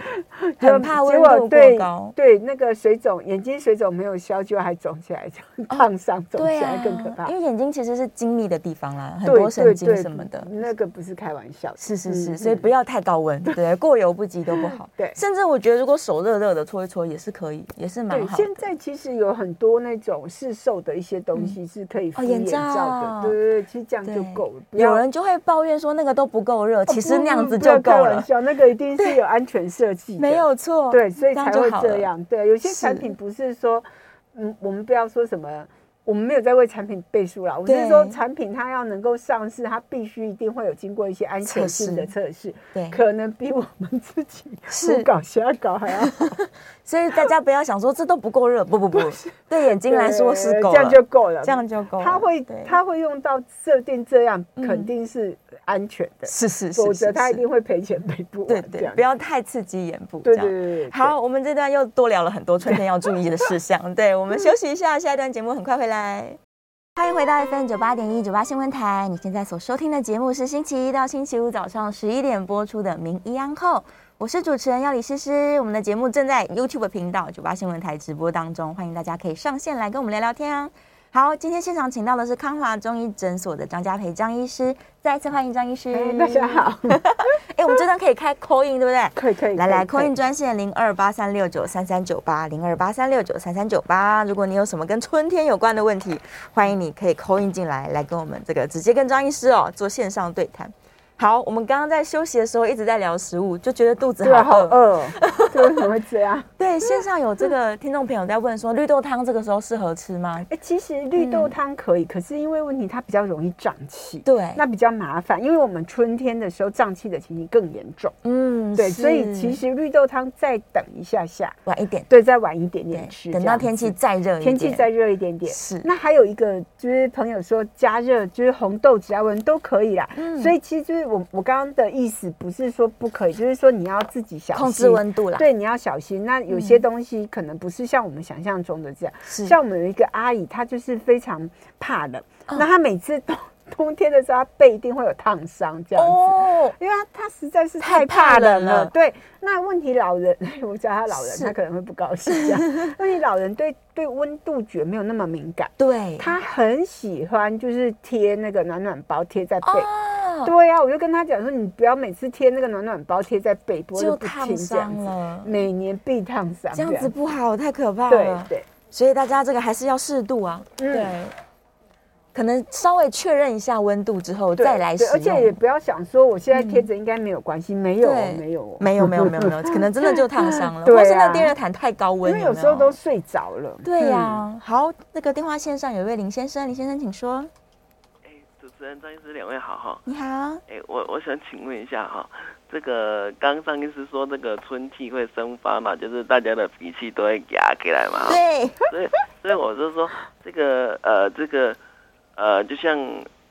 [SPEAKER 3] 对，
[SPEAKER 2] 很怕
[SPEAKER 3] 结
[SPEAKER 2] 温
[SPEAKER 3] 果
[SPEAKER 2] 度过
[SPEAKER 3] 对
[SPEAKER 2] 高。
[SPEAKER 3] 对，那个水肿，眼睛水肿没有消，就还肿起来，这样烫伤肿
[SPEAKER 2] 哦对
[SPEAKER 3] 起来
[SPEAKER 2] 啊，
[SPEAKER 3] 更可怕。
[SPEAKER 2] 因为眼睛其实是精密的地方啦，很
[SPEAKER 3] 对
[SPEAKER 2] 多神
[SPEAKER 3] 对
[SPEAKER 2] 经
[SPEAKER 3] 对
[SPEAKER 2] 什么的。
[SPEAKER 3] 那个不是开玩笑的。
[SPEAKER 2] 是是是，
[SPEAKER 3] 嗯
[SPEAKER 2] 所以不要太高 温，对，过犹不及都不好。
[SPEAKER 3] 对
[SPEAKER 2] 甚至我觉得如果手热热的搓一搓也是可以，也是蛮
[SPEAKER 3] 对，
[SPEAKER 2] 好的。
[SPEAKER 3] 现在其实有很多那种市售的一些东西是可以敷
[SPEAKER 2] 哦眼
[SPEAKER 3] 眼罩
[SPEAKER 2] 罩
[SPEAKER 3] 的，对对对，其实这样就
[SPEAKER 2] 对
[SPEAKER 3] 够了。不
[SPEAKER 2] 有
[SPEAKER 3] 要哦
[SPEAKER 2] 人就会抱怨说那个都不够热，其实那样子
[SPEAKER 3] 不要
[SPEAKER 2] 就够
[SPEAKER 3] 开玩
[SPEAKER 2] 了，
[SPEAKER 3] 笑，那个一定是有安全设计的，
[SPEAKER 2] 没有错。
[SPEAKER 3] 对，所以
[SPEAKER 2] 哦这样
[SPEAKER 3] 才
[SPEAKER 2] 就
[SPEAKER 3] 会
[SPEAKER 2] 好
[SPEAKER 3] 这
[SPEAKER 2] 了。
[SPEAKER 3] 样。对，有些产
[SPEAKER 2] 是
[SPEAKER 3] 品不是说，嗯，我们不要说什么。我们没有在为产品背书啦，我
[SPEAKER 2] 对
[SPEAKER 3] 是说产品它要能够上市，它必须一定会有经过一些安全性的测试，
[SPEAKER 2] 对，
[SPEAKER 3] 可能比我们自己
[SPEAKER 2] 是
[SPEAKER 3] 胡搞瞎搞 还要好
[SPEAKER 2] 所以大家不要想说这都不够 热，不不不，对眼睛来说是
[SPEAKER 3] 对
[SPEAKER 2] 够
[SPEAKER 3] 这样
[SPEAKER 2] 了，
[SPEAKER 3] 就够了，
[SPEAKER 2] 这样就够了。
[SPEAKER 3] 他会
[SPEAKER 2] 对
[SPEAKER 3] 他会用到设定这样，
[SPEAKER 2] 嗯
[SPEAKER 3] 肯定是安全的，
[SPEAKER 2] 是是是，
[SPEAKER 3] 否
[SPEAKER 2] 是
[SPEAKER 3] 则他一
[SPEAKER 2] 是
[SPEAKER 3] 定会赔钱赔不
[SPEAKER 2] 对
[SPEAKER 3] 完。这
[SPEAKER 2] 对，
[SPEAKER 3] 样
[SPEAKER 2] 不要太刺激眼部。
[SPEAKER 3] 对
[SPEAKER 2] 这样
[SPEAKER 3] 对对对。
[SPEAKER 2] 好，我们这段又多聊了很多春天要注意的事 项。对，我们休息一下，下一段节目很快回来。欢迎回到 FM 九八点一九八新闻台，你现在所收听的节目是星期一到星期五早上十一点播出的《名医安后》，我是主持人要李诗诗。我们的节目正在 YouTube 频道九八新闻台直播当中，欢迎大家可以上线来跟我们聊聊天啊。好，今天现场请到的是康华中医诊所的张家培张医师，再次欢迎张医师。
[SPEAKER 3] 对，哎大家。好，
[SPEAKER 2] 哎、我们这段可以开 call in 对不对？
[SPEAKER 3] 可以可以，
[SPEAKER 2] 来来，扣
[SPEAKER 3] 可以
[SPEAKER 2] 印专线零二八三六九三三九八零二八三六九三三九八。如果你有什么跟春天有关的问题，欢迎你可以扣印进来，来跟我们这个直接跟张医师哦做线上对谈。好，我们刚刚在休息的时候一直在聊食物，就觉得肚子
[SPEAKER 3] 对啊，
[SPEAKER 2] 好
[SPEAKER 3] 好
[SPEAKER 2] 饿。
[SPEAKER 3] 饿 哦，这为什么会这样？
[SPEAKER 2] 对，线上有这个听众朋友在问说，绿豆汤这个时候适合吃吗？
[SPEAKER 3] 哎，其实绿豆汤可以，可是因为问题它比较容易胀气，
[SPEAKER 2] 对，
[SPEAKER 3] 那比较麻烦，因为我们春天的时候胀气的情形更严重，
[SPEAKER 2] 嗯，
[SPEAKER 3] 对，所以
[SPEAKER 2] 是
[SPEAKER 3] 其实绿豆汤再等一下下，
[SPEAKER 2] 晚一点，
[SPEAKER 3] 对，再晚一点
[SPEAKER 2] 对
[SPEAKER 3] 点吃，，
[SPEAKER 2] 等
[SPEAKER 3] 这
[SPEAKER 2] 到
[SPEAKER 3] 样子
[SPEAKER 2] 天气再热一点，
[SPEAKER 3] 天气再热一点点。
[SPEAKER 2] 是
[SPEAKER 3] 那还有一个就是朋友说加热，就是红豆植牙纹都可以啦。
[SPEAKER 2] 嗯
[SPEAKER 3] 所以其实就是我我刚刚的意思不是说不可以，就是说你要自己小心
[SPEAKER 2] 控制温度啦。，
[SPEAKER 3] 对，你要小心。那有些东西可能不是像我们想象中的这样。
[SPEAKER 2] 是
[SPEAKER 3] 像我们有一个阿姨，她就是非常怕冷，
[SPEAKER 2] 哦
[SPEAKER 3] 那她每次冬冬天的时候，她背一定会有烫伤这样子。
[SPEAKER 2] 哦，
[SPEAKER 3] 因为她她实在是
[SPEAKER 2] 太
[SPEAKER 3] 太
[SPEAKER 2] 怕
[SPEAKER 3] 怕
[SPEAKER 2] 冷
[SPEAKER 3] 冷
[SPEAKER 2] 了
[SPEAKER 3] 了，对。那问题老人， 我叫她老人，
[SPEAKER 2] 是
[SPEAKER 3] 她可能会不高兴这 样。问题老人对对温度觉没有那么敏感，
[SPEAKER 2] 对，
[SPEAKER 3] 她很喜欢就是贴那个暖暖包贴在背。
[SPEAKER 2] 哦，
[SPEAKER 3] 对呀、啊，我就跟她讲说，你不要每次贴那个暖暖包贴在背部
[SPEAKER 2] 就
[SPEAKER 3] 不
[SPEAKER 2] 烫
[SPEAKER 3] 停这样
[SPEAKER 2] 伤
[SPEAKER 3] 子。
[SPEAKER 2] 了，
[SPEAKER 3] 每年必烫伤，
[SPEAKER 2] 这样子不好，太可怕
[SPEAKER 3] 对
[SPEAKER 2] 了。
[SPEAKER 3] 对，
[SPEAKER 2] 所以大家这个还是要适度啊，
[SPEAKER 3] 嗯
[SPEAKER 2] 对，可能稍微确认一下温度之后
[SPEAKER 3] 对
[SPEAKER 2] 再来使
[SPEAKER 3] 对
[SPEAKER 2] 用。
[SPEAKER 3] 而且也不要想说我现在贴着应该没有关系，没有
[SPEAKER 2] 嗯对
[SPEAKER 3] 哦没有哦，
[SPEAKER 2] 没有没有没有 没有，可能真的就烫伤了，
[SPEAKER 3] 对啊
[SPEAKER 2] 或是那电热毯太高温，
[SPEAKER 3] 因为有
[SPEAKER 2] 没
[SPEAKER 3] 时候都睡着了。
[SPEAKER 2] 对呀、
[SPEAKER 3] 嗯
[SPEAKER 2] 好，那个电话线上有一位林先生，林先生请说。
[SPEAKER 4] 哎，主持人张医师，两位好哈。
[SPEAKER 2] 你好，
[SPEAKER 4] 哎，我我想请问一下哈，这个刚张医师说那个春季会生发嘛，就是大家的脾气都会压起来嘛。哈
[SPEAKER 2] 对，
[SPEAKER 3] 哦
[SPEAKER 4] 所以所以我就说这个呃这个呃，就像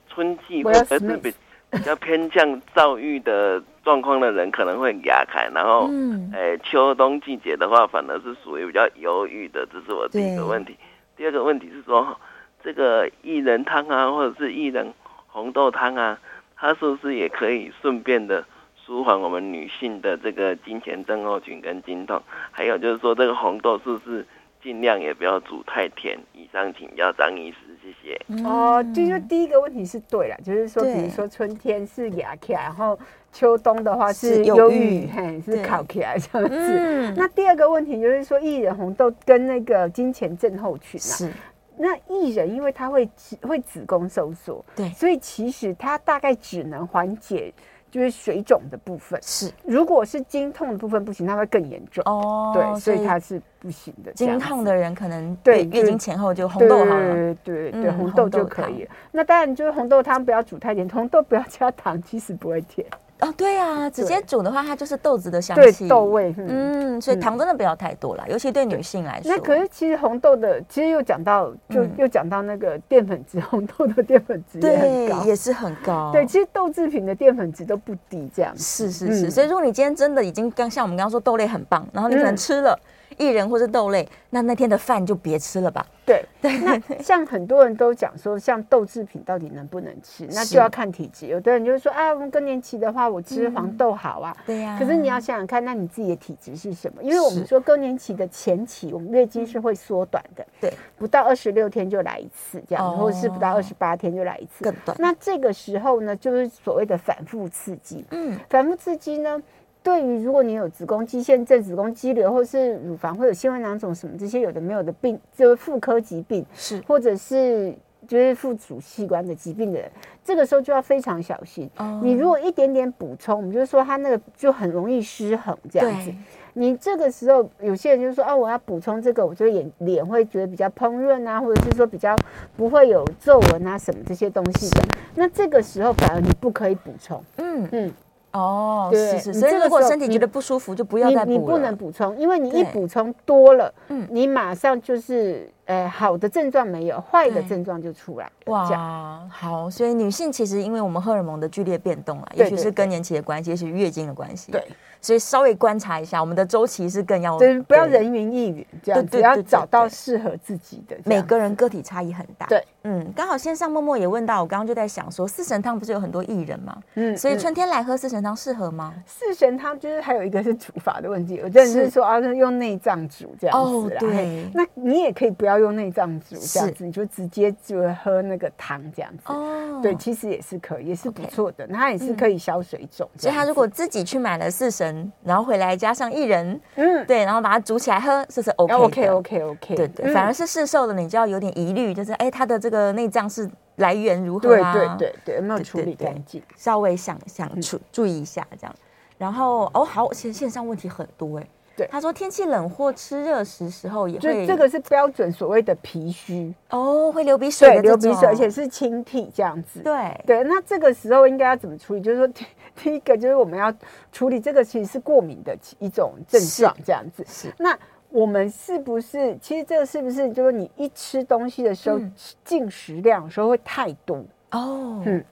[SPEAKER 4] 春季会
[SPEAKER 3] Will
[SPEAKER 4] 不会是
[SPEAKER 3] Smith
[SPEAKER 4] 比比较偏向躁郁的状况的人可能会压开，然后。
[SPEAKER 2] 嗯，
[SPEAKER 4] 哎，秋冬季节的话，反而是属于比较忧郁的，这是我第一
[SPEAKER 2] 对
[SPEAKER 4] 个问题。第二个问题是说，这个薏仁汤啊，或者是薏仁红豆汤啊，它是不是也可以顺便的舒缓我们女性的这个经前症候群跟经痛？还有就是说，这个红豆是不是尽量也不要煮太甜？以上请教张医师，谢谢。
[SPEAKER 2] 嗯
[SPEAKER 3] 哦，就就第一个问题是对了，就是说，
[SPEAKER 2] 对
[SPEAKER 3] 比如说春天是牙起来，然后秋冬的话
[SPEAKER 2] 是
[SPEAKER 3] 是
[SPEAKER 2] 忧
[SPEAKER 3] 忧
[SPEAKER 2] 郁
[SPEAKER 3] 郁，嘿，是
[SPEAKER 2] 对
[SPEAKER 3] 烤起来这样子。
[SPEAKER 2] 嗯，
[SPEAKER 3] 那第二个问题就是说，薏仁红豆跟那个金钱症候群啊，
[SPEAKER 2] 是
[SPEAKER 3] 那薏仁因为它会子会子宫收缩，
[SPEAKER 2] 对
[SPEAKER 3] 所以其实它大概只能缓解就是水肿的部分。
[SPEAKER 2] 是
[SPEAKER 3] 如果是经痛的部分不行，那会更严重。
[SPEAKER 2] 哦，
[SPEAKER 3] 对，所以它是不行的。这
[SPEAKER 2] 经
[SPEAKER 3] 样子
[SPEAKER 2] 痛的人可能
[SPEAKER 3] 对
[SPEAKER 2] 月
[SPEAKER 3] 就
[SPEAKER 2] 经前后就红豆好了，
[SPEAKER 3] 对对
[SPEAKER 2] 嗯
[SPEAKER 3] 对，红豆就可以了。那当然就是红豆汤不要煮太甜，红豆不要加糖，其实不会甜。
[SPEAKER 2] 哦，对啊，直接煮的话，它就是豆子的香
[SPEAKER 3] 对
[SPEAKER 2] 气，
[SPEAKER 3] 豆味，嗯。
[SPEAKER 2] 嗯，所以糖真的不要太多了，尤其对女性来说。
[SPEAKER 3] 那可是其实红豆的，其实又讲到，就
[SPEAKER 2] 嗯
[SPEAKER 3] 又讲到那个淀粉质，红豆的淀粉质也很
[SPEAKER 2] 对
[SPEAKER 3] 高。
[SPEAKER 2] 也是很高，
[SPEAKER 3] 对，其实豆制品的淀粉质都不低，这样子。
[SPEAKER 2] 是是是。
[SPEAKER 3] 嗯
[SPEAKER 2] 所以如果你今天真的已经刚像我们刚刚说豆类很棒，然后你可能
[SPEAKER 3] 嗯
[SPEAKER 2] 吃了薏仁或是豆类，那那天的饭就别吃了吧。
[SPEAKER 3] 对，那像很多人都讲说，像豆制品到底能不能吃，那
[SPEAKER 2] 是嗯
[SPEAKER 3] 就要看体质。有的人就说，啊，我们更年期的话，我吃黄豆好啊。
[SPEAKER 2] 对呀
[SPEAKER 3] 可是你要想想看，那你自己的体质是什么？因为我
[SPEAKER 2] 是
[SPEAKER 3] 们说更年期的前期，我们月经是会缩短的，
[SPEAKER 2] 对，
[SPEAKER 3] 不到二十六天就来一次这样，
[SPEAKER 2] 哦
[SPEAKER 3] 或者是不到二十八天就来一次
[SPEAKER 2] 更。短。
[SPEAKER 3] 那这个时候呢，就是所谓的反复刺激。
[SPEAKER 2] 嗯，
[SPEAKER 3] 反复刺激呢，对于如果你有子宫肌腺症、子宫肌瘤，或是乳房会有纤维囊肿什么这些有的没有的病，就是妇科疾病，
[SPEAKER 2] 是
[SPEAKER 3] 或者是就是附属器官的疾病的人，这个时候就要非常小心。
[SPEAKER 2] 哦
[SPEAKER 3] 你如果一点点补充，我们就说它那个就很容易失衡这样子
[SPEAKER 2] 对。
[SPEAKER 3] 你这个时候有些人就说哦，我要补充这个，我就脸脸会觉得比较烹润啊，或者是说比较不会有皱纹啊什么这些东西的。那这个时候反而你不可以补充，
[SPEAKER 2] 嗯
[SPEAKER 3] 嗯。
[SPEAKER 2] 哦，
[SPEAKER 3] 对
[SPEAKER 2] 是是。
[SPEAKER 3] 你
[SPEAKER 2] 所以
[SPEAKER 3] 这个
[SPEAKER 2] 如果
[SPEAKER 3] 时候
[SPEAKER 2] 身体
[SPEAKER 3] 你
[SPEAKER 2] 觉得不舒服，就不要再补
[SPEAKER 3] 你你不
[SPEAKER 2] 了
[SPEAKER 3] 能补充，因为你
[SPEAKER 2] 对
[SPEAKER 3] 一补充多了，
[SPEAKER 2] 嗯
[SPEAKER 3] 你马上就是呃好的症状没有，坏的
[SPEAKER 2] 对
[SPEAKER 3] 症状就出来了。这样
[SPEAKER 2] 哇，好，所以女性其实因为我们荷尔蒙的剧烈变动啊，
[SPEAKER 3] 对
[SPEAKER 2] 也许
[SPEAKER 3] 对
[SPEAKER 2] 是
[SPEAKER 3] 对
[SPEAKER 2] 更年期的关系，也许月经的关系，
[SPEAKER 3] 对，
[SPEAKER 2] 所以稍微观察一下，我们的周期是更要
[SPEAKER 3] 就是不要
[SPEAKER 2] 哦对
[SPEAKER 3] 人云亦云，这样
[SPEAKER 2] 对对
[SPEAKER 3] 只要
[SPEAKER 2] 对对
[SPEAKER 3] 找到
[SPEAKER 2] 对
[SPEAKER 3] 适合自己的。这
[SPEAKER 2] 每
[SPEAKER 3] 样
[SPEAKER 2] 个人个体差异很大。
[SPEAKER 3] 对，
[SPEAKER 2] 嗯，刚好线上默默也问到，我刚刚就在想说，四神汤不是有很多薏仁吗？
[SPEAKER 3] 嗯
[SPEAKER 2] 所以
[SPEAKER 3] 嗯
[SPEAKER 2] 春天来喝四神汤适合吗？
[SPEAKER 3] 四神汤就是还有一个是煮法的问题，有的人
[SPEAKER 2] 是
[SPEAKER 3] 是说啊，是用内脏煮这样
[SPEAKER 2] 哦
[SPEAKER 3] 子啦。
[SPEAKER 2] 对
[SPEAKER 3] 嘿那你也可以不要用内脏煮这样
[SPEAKER 2] 是
[SPEAKER 3] 子，你就直接就喝那个汤这样子。
[SPEAKER 2] 哦
[SPEAKER 3] 对，其实也是可以，也是不
[SPEAKER 2] OK 嗯
[SPEAKER 3] 错的。那它也是可以消水肿这样子。
[SPEAKER 2] 所以他如果自己去买了四神，然后回来加上薏仁，
[SPEAKER 3] 嗯
[SPEAKER 2] 对，然后把它煮起来喝，这是 OK 的。
[SPEAKER 3] 哦，OK 嗯 OK OK，
[SPEAKER 2] 对对，反而是市售的，你就要有点疑虑，就是哎，它的这个内脏是来源如何
[SPEAKER 3] 对
[SPEAKER 2] 啊？
[SPEAKER 3] 对嗯对对，有没有
[SPEAKER 2] 对
[SPEAKER 3] 处
[SPEAKER 2] 对
[SPEAKER 3] 理
[SPEAKER 2] 对
[SPEAKER 3] 干净？
[SPEAKER 2] 稍微想想注注意一下这样。然后哦，好，其实线上问题很多哎。
[SPEAKER 3] 对
[SPEAKER 2] 他说天气冷或吃热食时候也
[SPEAKER 3] 就
[SPEAKER 2] 会
[SPEAKER 3] 这个是标准所谓的脾虚，
[SPEAKER 2] 哦，会流鼻水
[SPEAKER 3] 对，
[SPEAKER 2] 的这
[SPEAKER 3] 流
[SPEAKER 2] 种，
[SPEAKER 3] 鼻水，而且是清涕这样子。
[SPEAKER 2] 对
[SPEAKER 3] 对，那这个时候应该要怎么处理？就是说，第第一个就是我们要处理这个其实是过敏的一种症状，这样子。
[SPEAKER 2] 是
[SPEAKER 3] 那我们是不是其实这个是不是就是你一吃东西的时候
[SPEAKER 2] 嗯，
[SPEAKER 3] 进食量有时候会太多？
[SPEAKER 2] 哦，
[SPEAKER 3] 嗯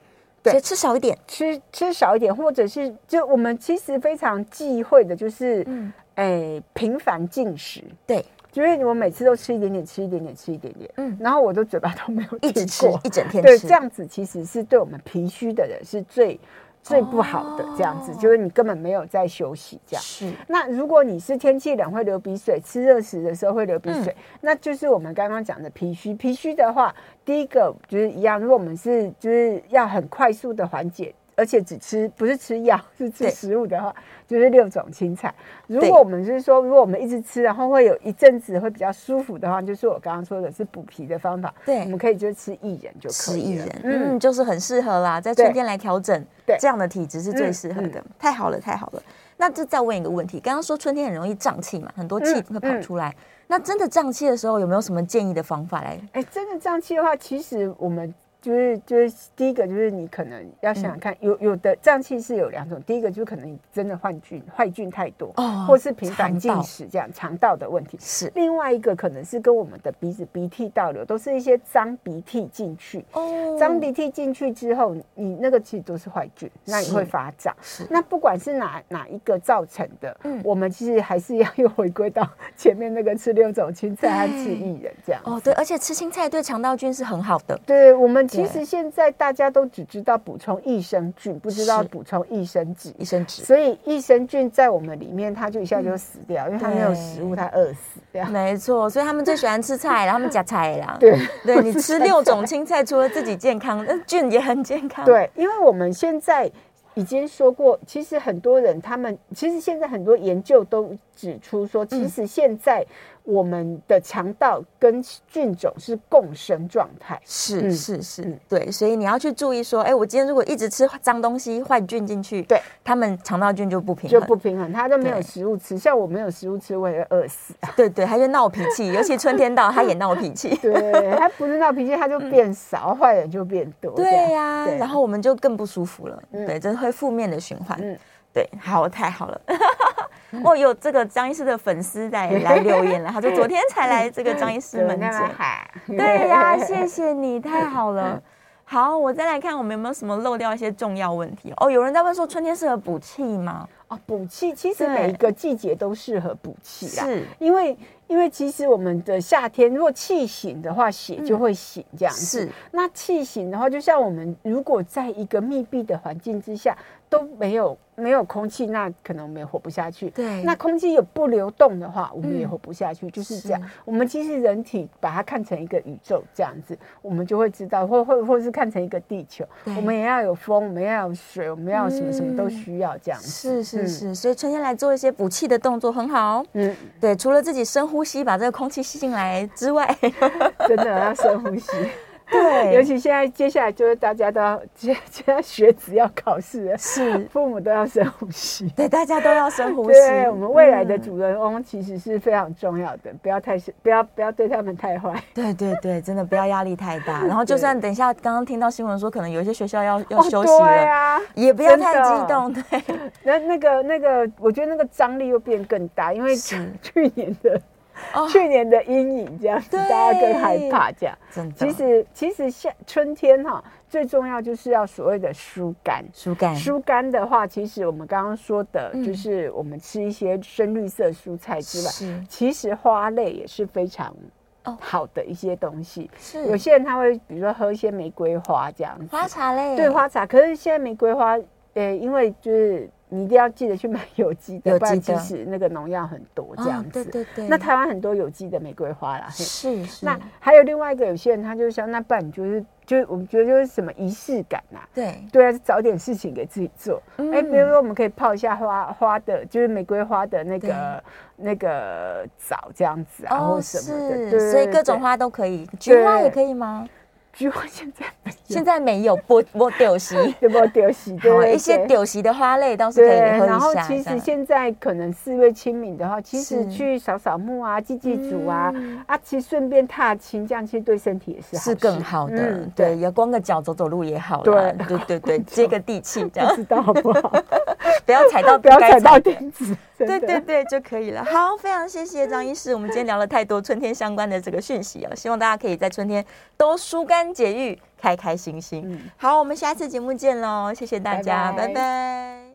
[SPEAKER 3] 对
[SPEAKER 2] 所以吃少一点，
[SPEAKER 3] 吃吃少一点，或者是就我们其实非常忌讳的就是，
[SPEAKER 2] 嗯
[SPEAKER 3] 哎，频繁进食。
[SPEAKER 2] 对，
[SPEAKER 3] 就是我每次都吃一点点，吃一点点，吃一点点，
[SPEAKER 2] 嗯
[SPEAKER 3] 嗯，然后我都嘴巴都没有
[SPEAKER 2] 一直
[SPEAKER 3] 停
[SPEAKER 2] 吃
[SPEAKER 3] 过
[SPEAKER 2] 一整天
[SPEAKER 3] 对，
[SPEAKER 2] 吃
[SPEAKER 3] 这样子其实是对我们脾虚的人是最最不好的，这样子、
[SPEAKER 2] 哦
[SPEAKER 3] 就是你根本没有在休息这样。
[SPEAKER 2] 是
[SPEAKER 3] 那如果你是天气冷会流鼻水，吃热食的时候会流
[SPEAKER 2] 嗯
[SPEAKER 3] 鼻水，那就是我们刚刚讲的脾虚。脾虚的话，第一个就是一样，如果我们是就是要很快速的缓解，而且只吃不是吃药，是
[SPEAKER 2] 对
[SPEAKER 3] 吃食物的话，就是六种青菜。如
[SPEAKER 2] 对
[SPEAKER 3] 果我们是说，如果我们一直吃，然后会有一阵子会比较舒服的话，就是我刚刚说的是补脾的方法。
[SPEAKER 2] 对
[SPEAKER 3] 我们可以就吃薏仁就
[SPEAKER 2] 吃
[SPEAKER 3] 可
[SPEAKER 2] 薏
[SPEAKER 3] 以了。
[SPEAKER 2] 仁，嗯，就是很适合啦，在春天来调整，
[SPEAKER 3] 对嗯
[SPEAKER 2] 这样的体质是最适合的，太好了，太好了。那就再问一个问题，刚刚说春天很容易胀气嘛，很多气会
[SPEAKER 3] 嗯
[SPEAKER 2] 跑出来。那真的胀气的时候，有没有什么建议的方法来？
[SPEAKER 3] 哎、真的胀气的话，其实我们就是就是第一个就是你可能要想
[SPEAKER 2] 嗯
[SPEAKER 3] 想看，有有的胀气是有两种，第一个就是可能你真的患菌，坏菌太多，
[SPEAKER 2] 哦
[SPEAKER 3] 或是频繁
[SPEAKER 2] 肠
[SPEAKER 3] 进
[SPEAKER 2] 道
[SPEAKER 3] 食这样肠道的问题。
[SPEAKER 2] 是
[SPEAKER 3] 另外一个可能是跟我们的鼻子鼻涕倒流，都是一些脏鼻涕进去。
[SPEAKER 2] 哦
[SPEAKER 3] 脏鼻涕进去之后，你那个其实都是坏菌，那你
[SPEAKER 2] 是
[SPEAKER 3] 会发胀
[SPEAKER 2] 是。
[SPEAKER 3] 那不管是哪哪一个造成的，
[SPEAKER 2] 嗯
[SPEAKER 3] 我们其实还是要又回归到 前面那个吃六种青菜和吃
[SPEAKER 2] 对
[SPEAKER 3] 薏仁这样子。
[SPEAKER 2] 哦，对，而且吃青菜对肠道菌是很好的，
[SPEAKER 3] 对我们其
[SPEAKER 2] 对
[SPEAKER 3] 实现在大家都只知道补充益生菌，不知道
[SPEAKER 2] 是
[SPEAKER 3] 补充益生脂。
[SPEAKER 2] 益生脂。
[SPEAKER 3] 所以益生菌在我们里面，它就一下就死掉，因为它没有
[SPEAKER 2] 对
[SPEAKER 3] 食物，它饿死这样。
[SPEAKER 2] 没错，所以他们最喜欢吃菜，然后他们夹菜啦。
[SPEAKER 3] 对
[SPEAKER 2] 对，你 吃六种青菜，除了自己健康，那菌也很健康。
[SPEAKER 3] 对，因为我们现在已经说过，其实很多人他们其实现在很多研究都指出说，其实现在我们的肠道跟菌种是共生状态。
[SPEAKER 2] 是
[SPEAKER 3] 嗯
[SPEAKER 2] 是是
[SPEAKER 3] 嗯，
[SPEAKER 2] 对，所以你要去注意说，哎，我今天如果一直吃脏东西、坏菌进去，
[SPEAKER 3] 对，
[SPEAKER 2] 他们肠道菌就不平
[SPEAKER 3] 就
[SPEAKER 2] 衡，
[SPEAKER 3] 不平衡，他都没有
[SPEAKER 2] 对
[SPEAKER 3] 食物吃，像我没有食物吃，我也会饿死。啊
[SPEAKER 2] 对对，他就闹脾气，尤其春天到，他也闹脾气。
[SPEAKER 3] 对，他不是闹脾气，他就变少，坏人就变多。这样
[SPEAKER 2] 对呀、
[SPEAKER 3] 对
[SPEAKER 2] 然后我们就更不舒服了，
[SPEAKER 3] 嗯
[SPEAKER 2] 对，这会负面的循环。
[SPEAKER 3] 嗯
[SPEAKER 2] 对，好，太好了。 哦，有这个张医师的粉丝来来留言了，他 说昨天才来这个张医师
[SPEAKER 3] 对
[SPEAKER 2] 门
[SPEAKER 3] 那
[SPEAKER 2] 诊。
[SPEAKER 3] 还
[SPEAKER 2] 对呀、谢谢你，太好了。好，我再来看我们有没有什么漏掉一些重要问题哦。有人在问说春天适合补气吗？
[SPEAKER 3] 哦，补气其实
[SPEAKER 2] 对
[SPEAKER 3] 每一个季节都适合补气啦。
[SPEAKER 2] 是
[SPEAKER 3] 因为因为其实我们的夏天，如果气醒的话，血就会醒这样子。
[SPEAKER 2] 嗯是，
[SPEAKER 3] 那气醒的话，就像我们如果在一个密闭的环境之下都没有没有空气，那可能我们也活不下去。
[SPEAKER 2] 对
[SPEAKER 3] 那空气有不流动的话，我们也
[SPEAKER 2] 嗯
[SPEAKER 3] 活不下去，就是
[SPEAKER 2] 是
[SPEAKER 3] 这样。我们其实人体把它看成一个宇宙这样子，我们就会知道，或或或是看成一个地球，
[SPEAKER 2] 对
[SPEAKER 3] 我们也要有风，我们要有水，我们要有什么什么都
[SPEAKER 2] 嗯
[SPEAKER 3] 需要这样子。
[SPEAKER 2] 是是
[SPEAKER 3] 嗯
[SPEAKER 2] 是，所以春天来做一些补气的动作很好。
[SPEAKER 3] 嗯，
[SPEAKER 2] 对，除了自己深呼吸把这个空气吸进来之外，
[SPEAKER 3] 真的要深呼吸。
[SPEAKER 2] 对
[SPEAKER 3] 尤其现在接下来就是大家都要， 现现在学子要考试了，
[SPEAKER 2] 是，
[SPEAKER 3] 父母都要深呼吸。
[SPEAKER 2] 对，大家都要深呼吸。
[SPEAKER 3] 对我们未来的
[SPEAKER 2] 嗯
[SPEAKER 3] 主人翁其实是非常重要的，不要太不要不要对他们太坏。
[SPEAKER 2] 对对对，真的不要压力太大。然后就
[SPEAKER 3] 对
[SPEAKER 2] 算等一下刚刚听到新闻说，可能有一些学校要要
[SPEAKER 3] 哦，
[SPEAKER 2] 休息了，
[SPEAKER 3] 对啊，
[SPEAKER 2] 也不要
[SPEAKER 3] 真
[SPEAKER 2] 太
[SPEAKER 3] 的
[SPEAKER 2] 激动。对，
[SPEAKER 3] 那那个那个，我觉得那个张力又变更大，因为 去
[SPEAKER 2] 是
[SPEAKER 3] 年的、
[SPEAKER 2] 哦
[SPEAKER 3] 去年的阴影这样子，
[SPEAKER 2] 对
[SPEAKER 3] 大家更害怕这样。
[SPEAKER 2] 真的。
[SPEAKER 3] 其实其实夏春天哈、最重要就是要所谓的疏肝。
[SPEAKER 2] 疏肝
[SPEAKER 3] 疏肝的话，其实我们刚刚说的，
[SPEAKER 2] 哎嗯
[SPEAKER 3] 就是我们吃一些深绿色蔬菜之外，
[SPEAKER 2] 是
[SPEAKER 3] 其实花类也是非常
[SPEAKER 2] 哦
[SPEAKER 3] 好的一些东西。
[SPEAKER 2] 是
[SPEAKER 3] 有些人他会比如说喝一些玫瑰花这样子，
[SPEAKER 2] 花茶类，
[SPEAKER 3] 对花茶。可是现在玫瑰花，呃，因为就是你一定要记得去买有机
[SPEAKER 2] 有机
[SPEAKER 3] 的，不然其
[SPEAKER 2] 的
[SPEAKER 3] 实那个农药很多
[SPEAKER 2] 哦
[SPEAKER 3] 这样子。
[SPEAKER 2] 对对对。
[SPEAKER 3] 那台湾很多有机的玫瑰花啦，嘿
[SPEAKER 2] 是是
[SPEAKER 3] 那还有另外一个，有些人他就想，那不然你就是就是我们觉得就是什么仪式感呐、
[SPEAKER 2] 对，
[SPEAKER 3] 对啊，找点事情给自己做。哎、
[SPEAKER 2] 嗯
[SPEAKER 3] 比如说我们可以泡一下花花的，就是玫瑰花的那个那个澡这样子啊，或
[SPEAKER 2] 哦
[SPEAKER 3] 什么的。
[SPEAKER 2] 是，
[SPEAKER 3] 对
[SPEAKER 2] 所以各种，花都可以，菊花也可以吗？
[SPEAKER 3] 对对菊花现在没有
[SPEAKER 2] 现在没有播播丢席，
[SPEAKER 3] 有没有丢席？ 对
[SPEAKER 2] 好啊
[SPEAKER 3] 对
[SPEAKER 2] 一些
[SPEAKER 3] 对
[SPEAKER 2] 丢席的花类倒是可
[SPEAKER 3] 对，
[SPEAKER 2] 以喝
[SPEAKER 3] 然后
[SPEAKER 2] 一下。
[SPEAKER 3] 其
[SPEAKER 2] 这
[SPEAKER 3] 实
[SPEAKER 2] 样
[SPEAKER 3] 现在可能四月清明的话，其实
[SPEAKER 2] 是
[SPEAKER 3] 去扫扫墓啊、祭祭祖啊、
[SPEAKER 2] 嗯
[SPEAKER 3] 啊，其实顺便踏青，这样其实对身体也是好
[SPEAKER 2] 是更好的
[SPEAKER 3] 嗯，
[SPEAKER 2] 对，
[SPEAKER 3] 对，
[SPEAKER 2] 也光个脚走走路也好啦，
[SPEAKER 3] 对
[SPEAKER 2] 对对 对，接个地气这样
[SPEAKER 3] 不， 知道好不好？
[SPEAKER 2] 不要踩到
[SPEAKER 3] 不要
[SPEAKER 2] 该
[SPEAKER 3] 踩到
[SPEAKER 2] 的
[SPEAKER 3] 钉子。真
[SPEAKER 2] 对
[SPEAKER 3] 的
[SPEAKER 2] 对对就可以了。好，非常谢谢张医师，我们今天聊了太多春天相关的这个讯息哦，希望大家可以在春天都疏肝解郁，开开心心。
[SPEAKER 3] 嗯
[SPEAKER 2] 好，我们下次节目见喽，谢谢大家，
[SPEAKER 3] 拜拜
[SPEAKER 2] 拜拜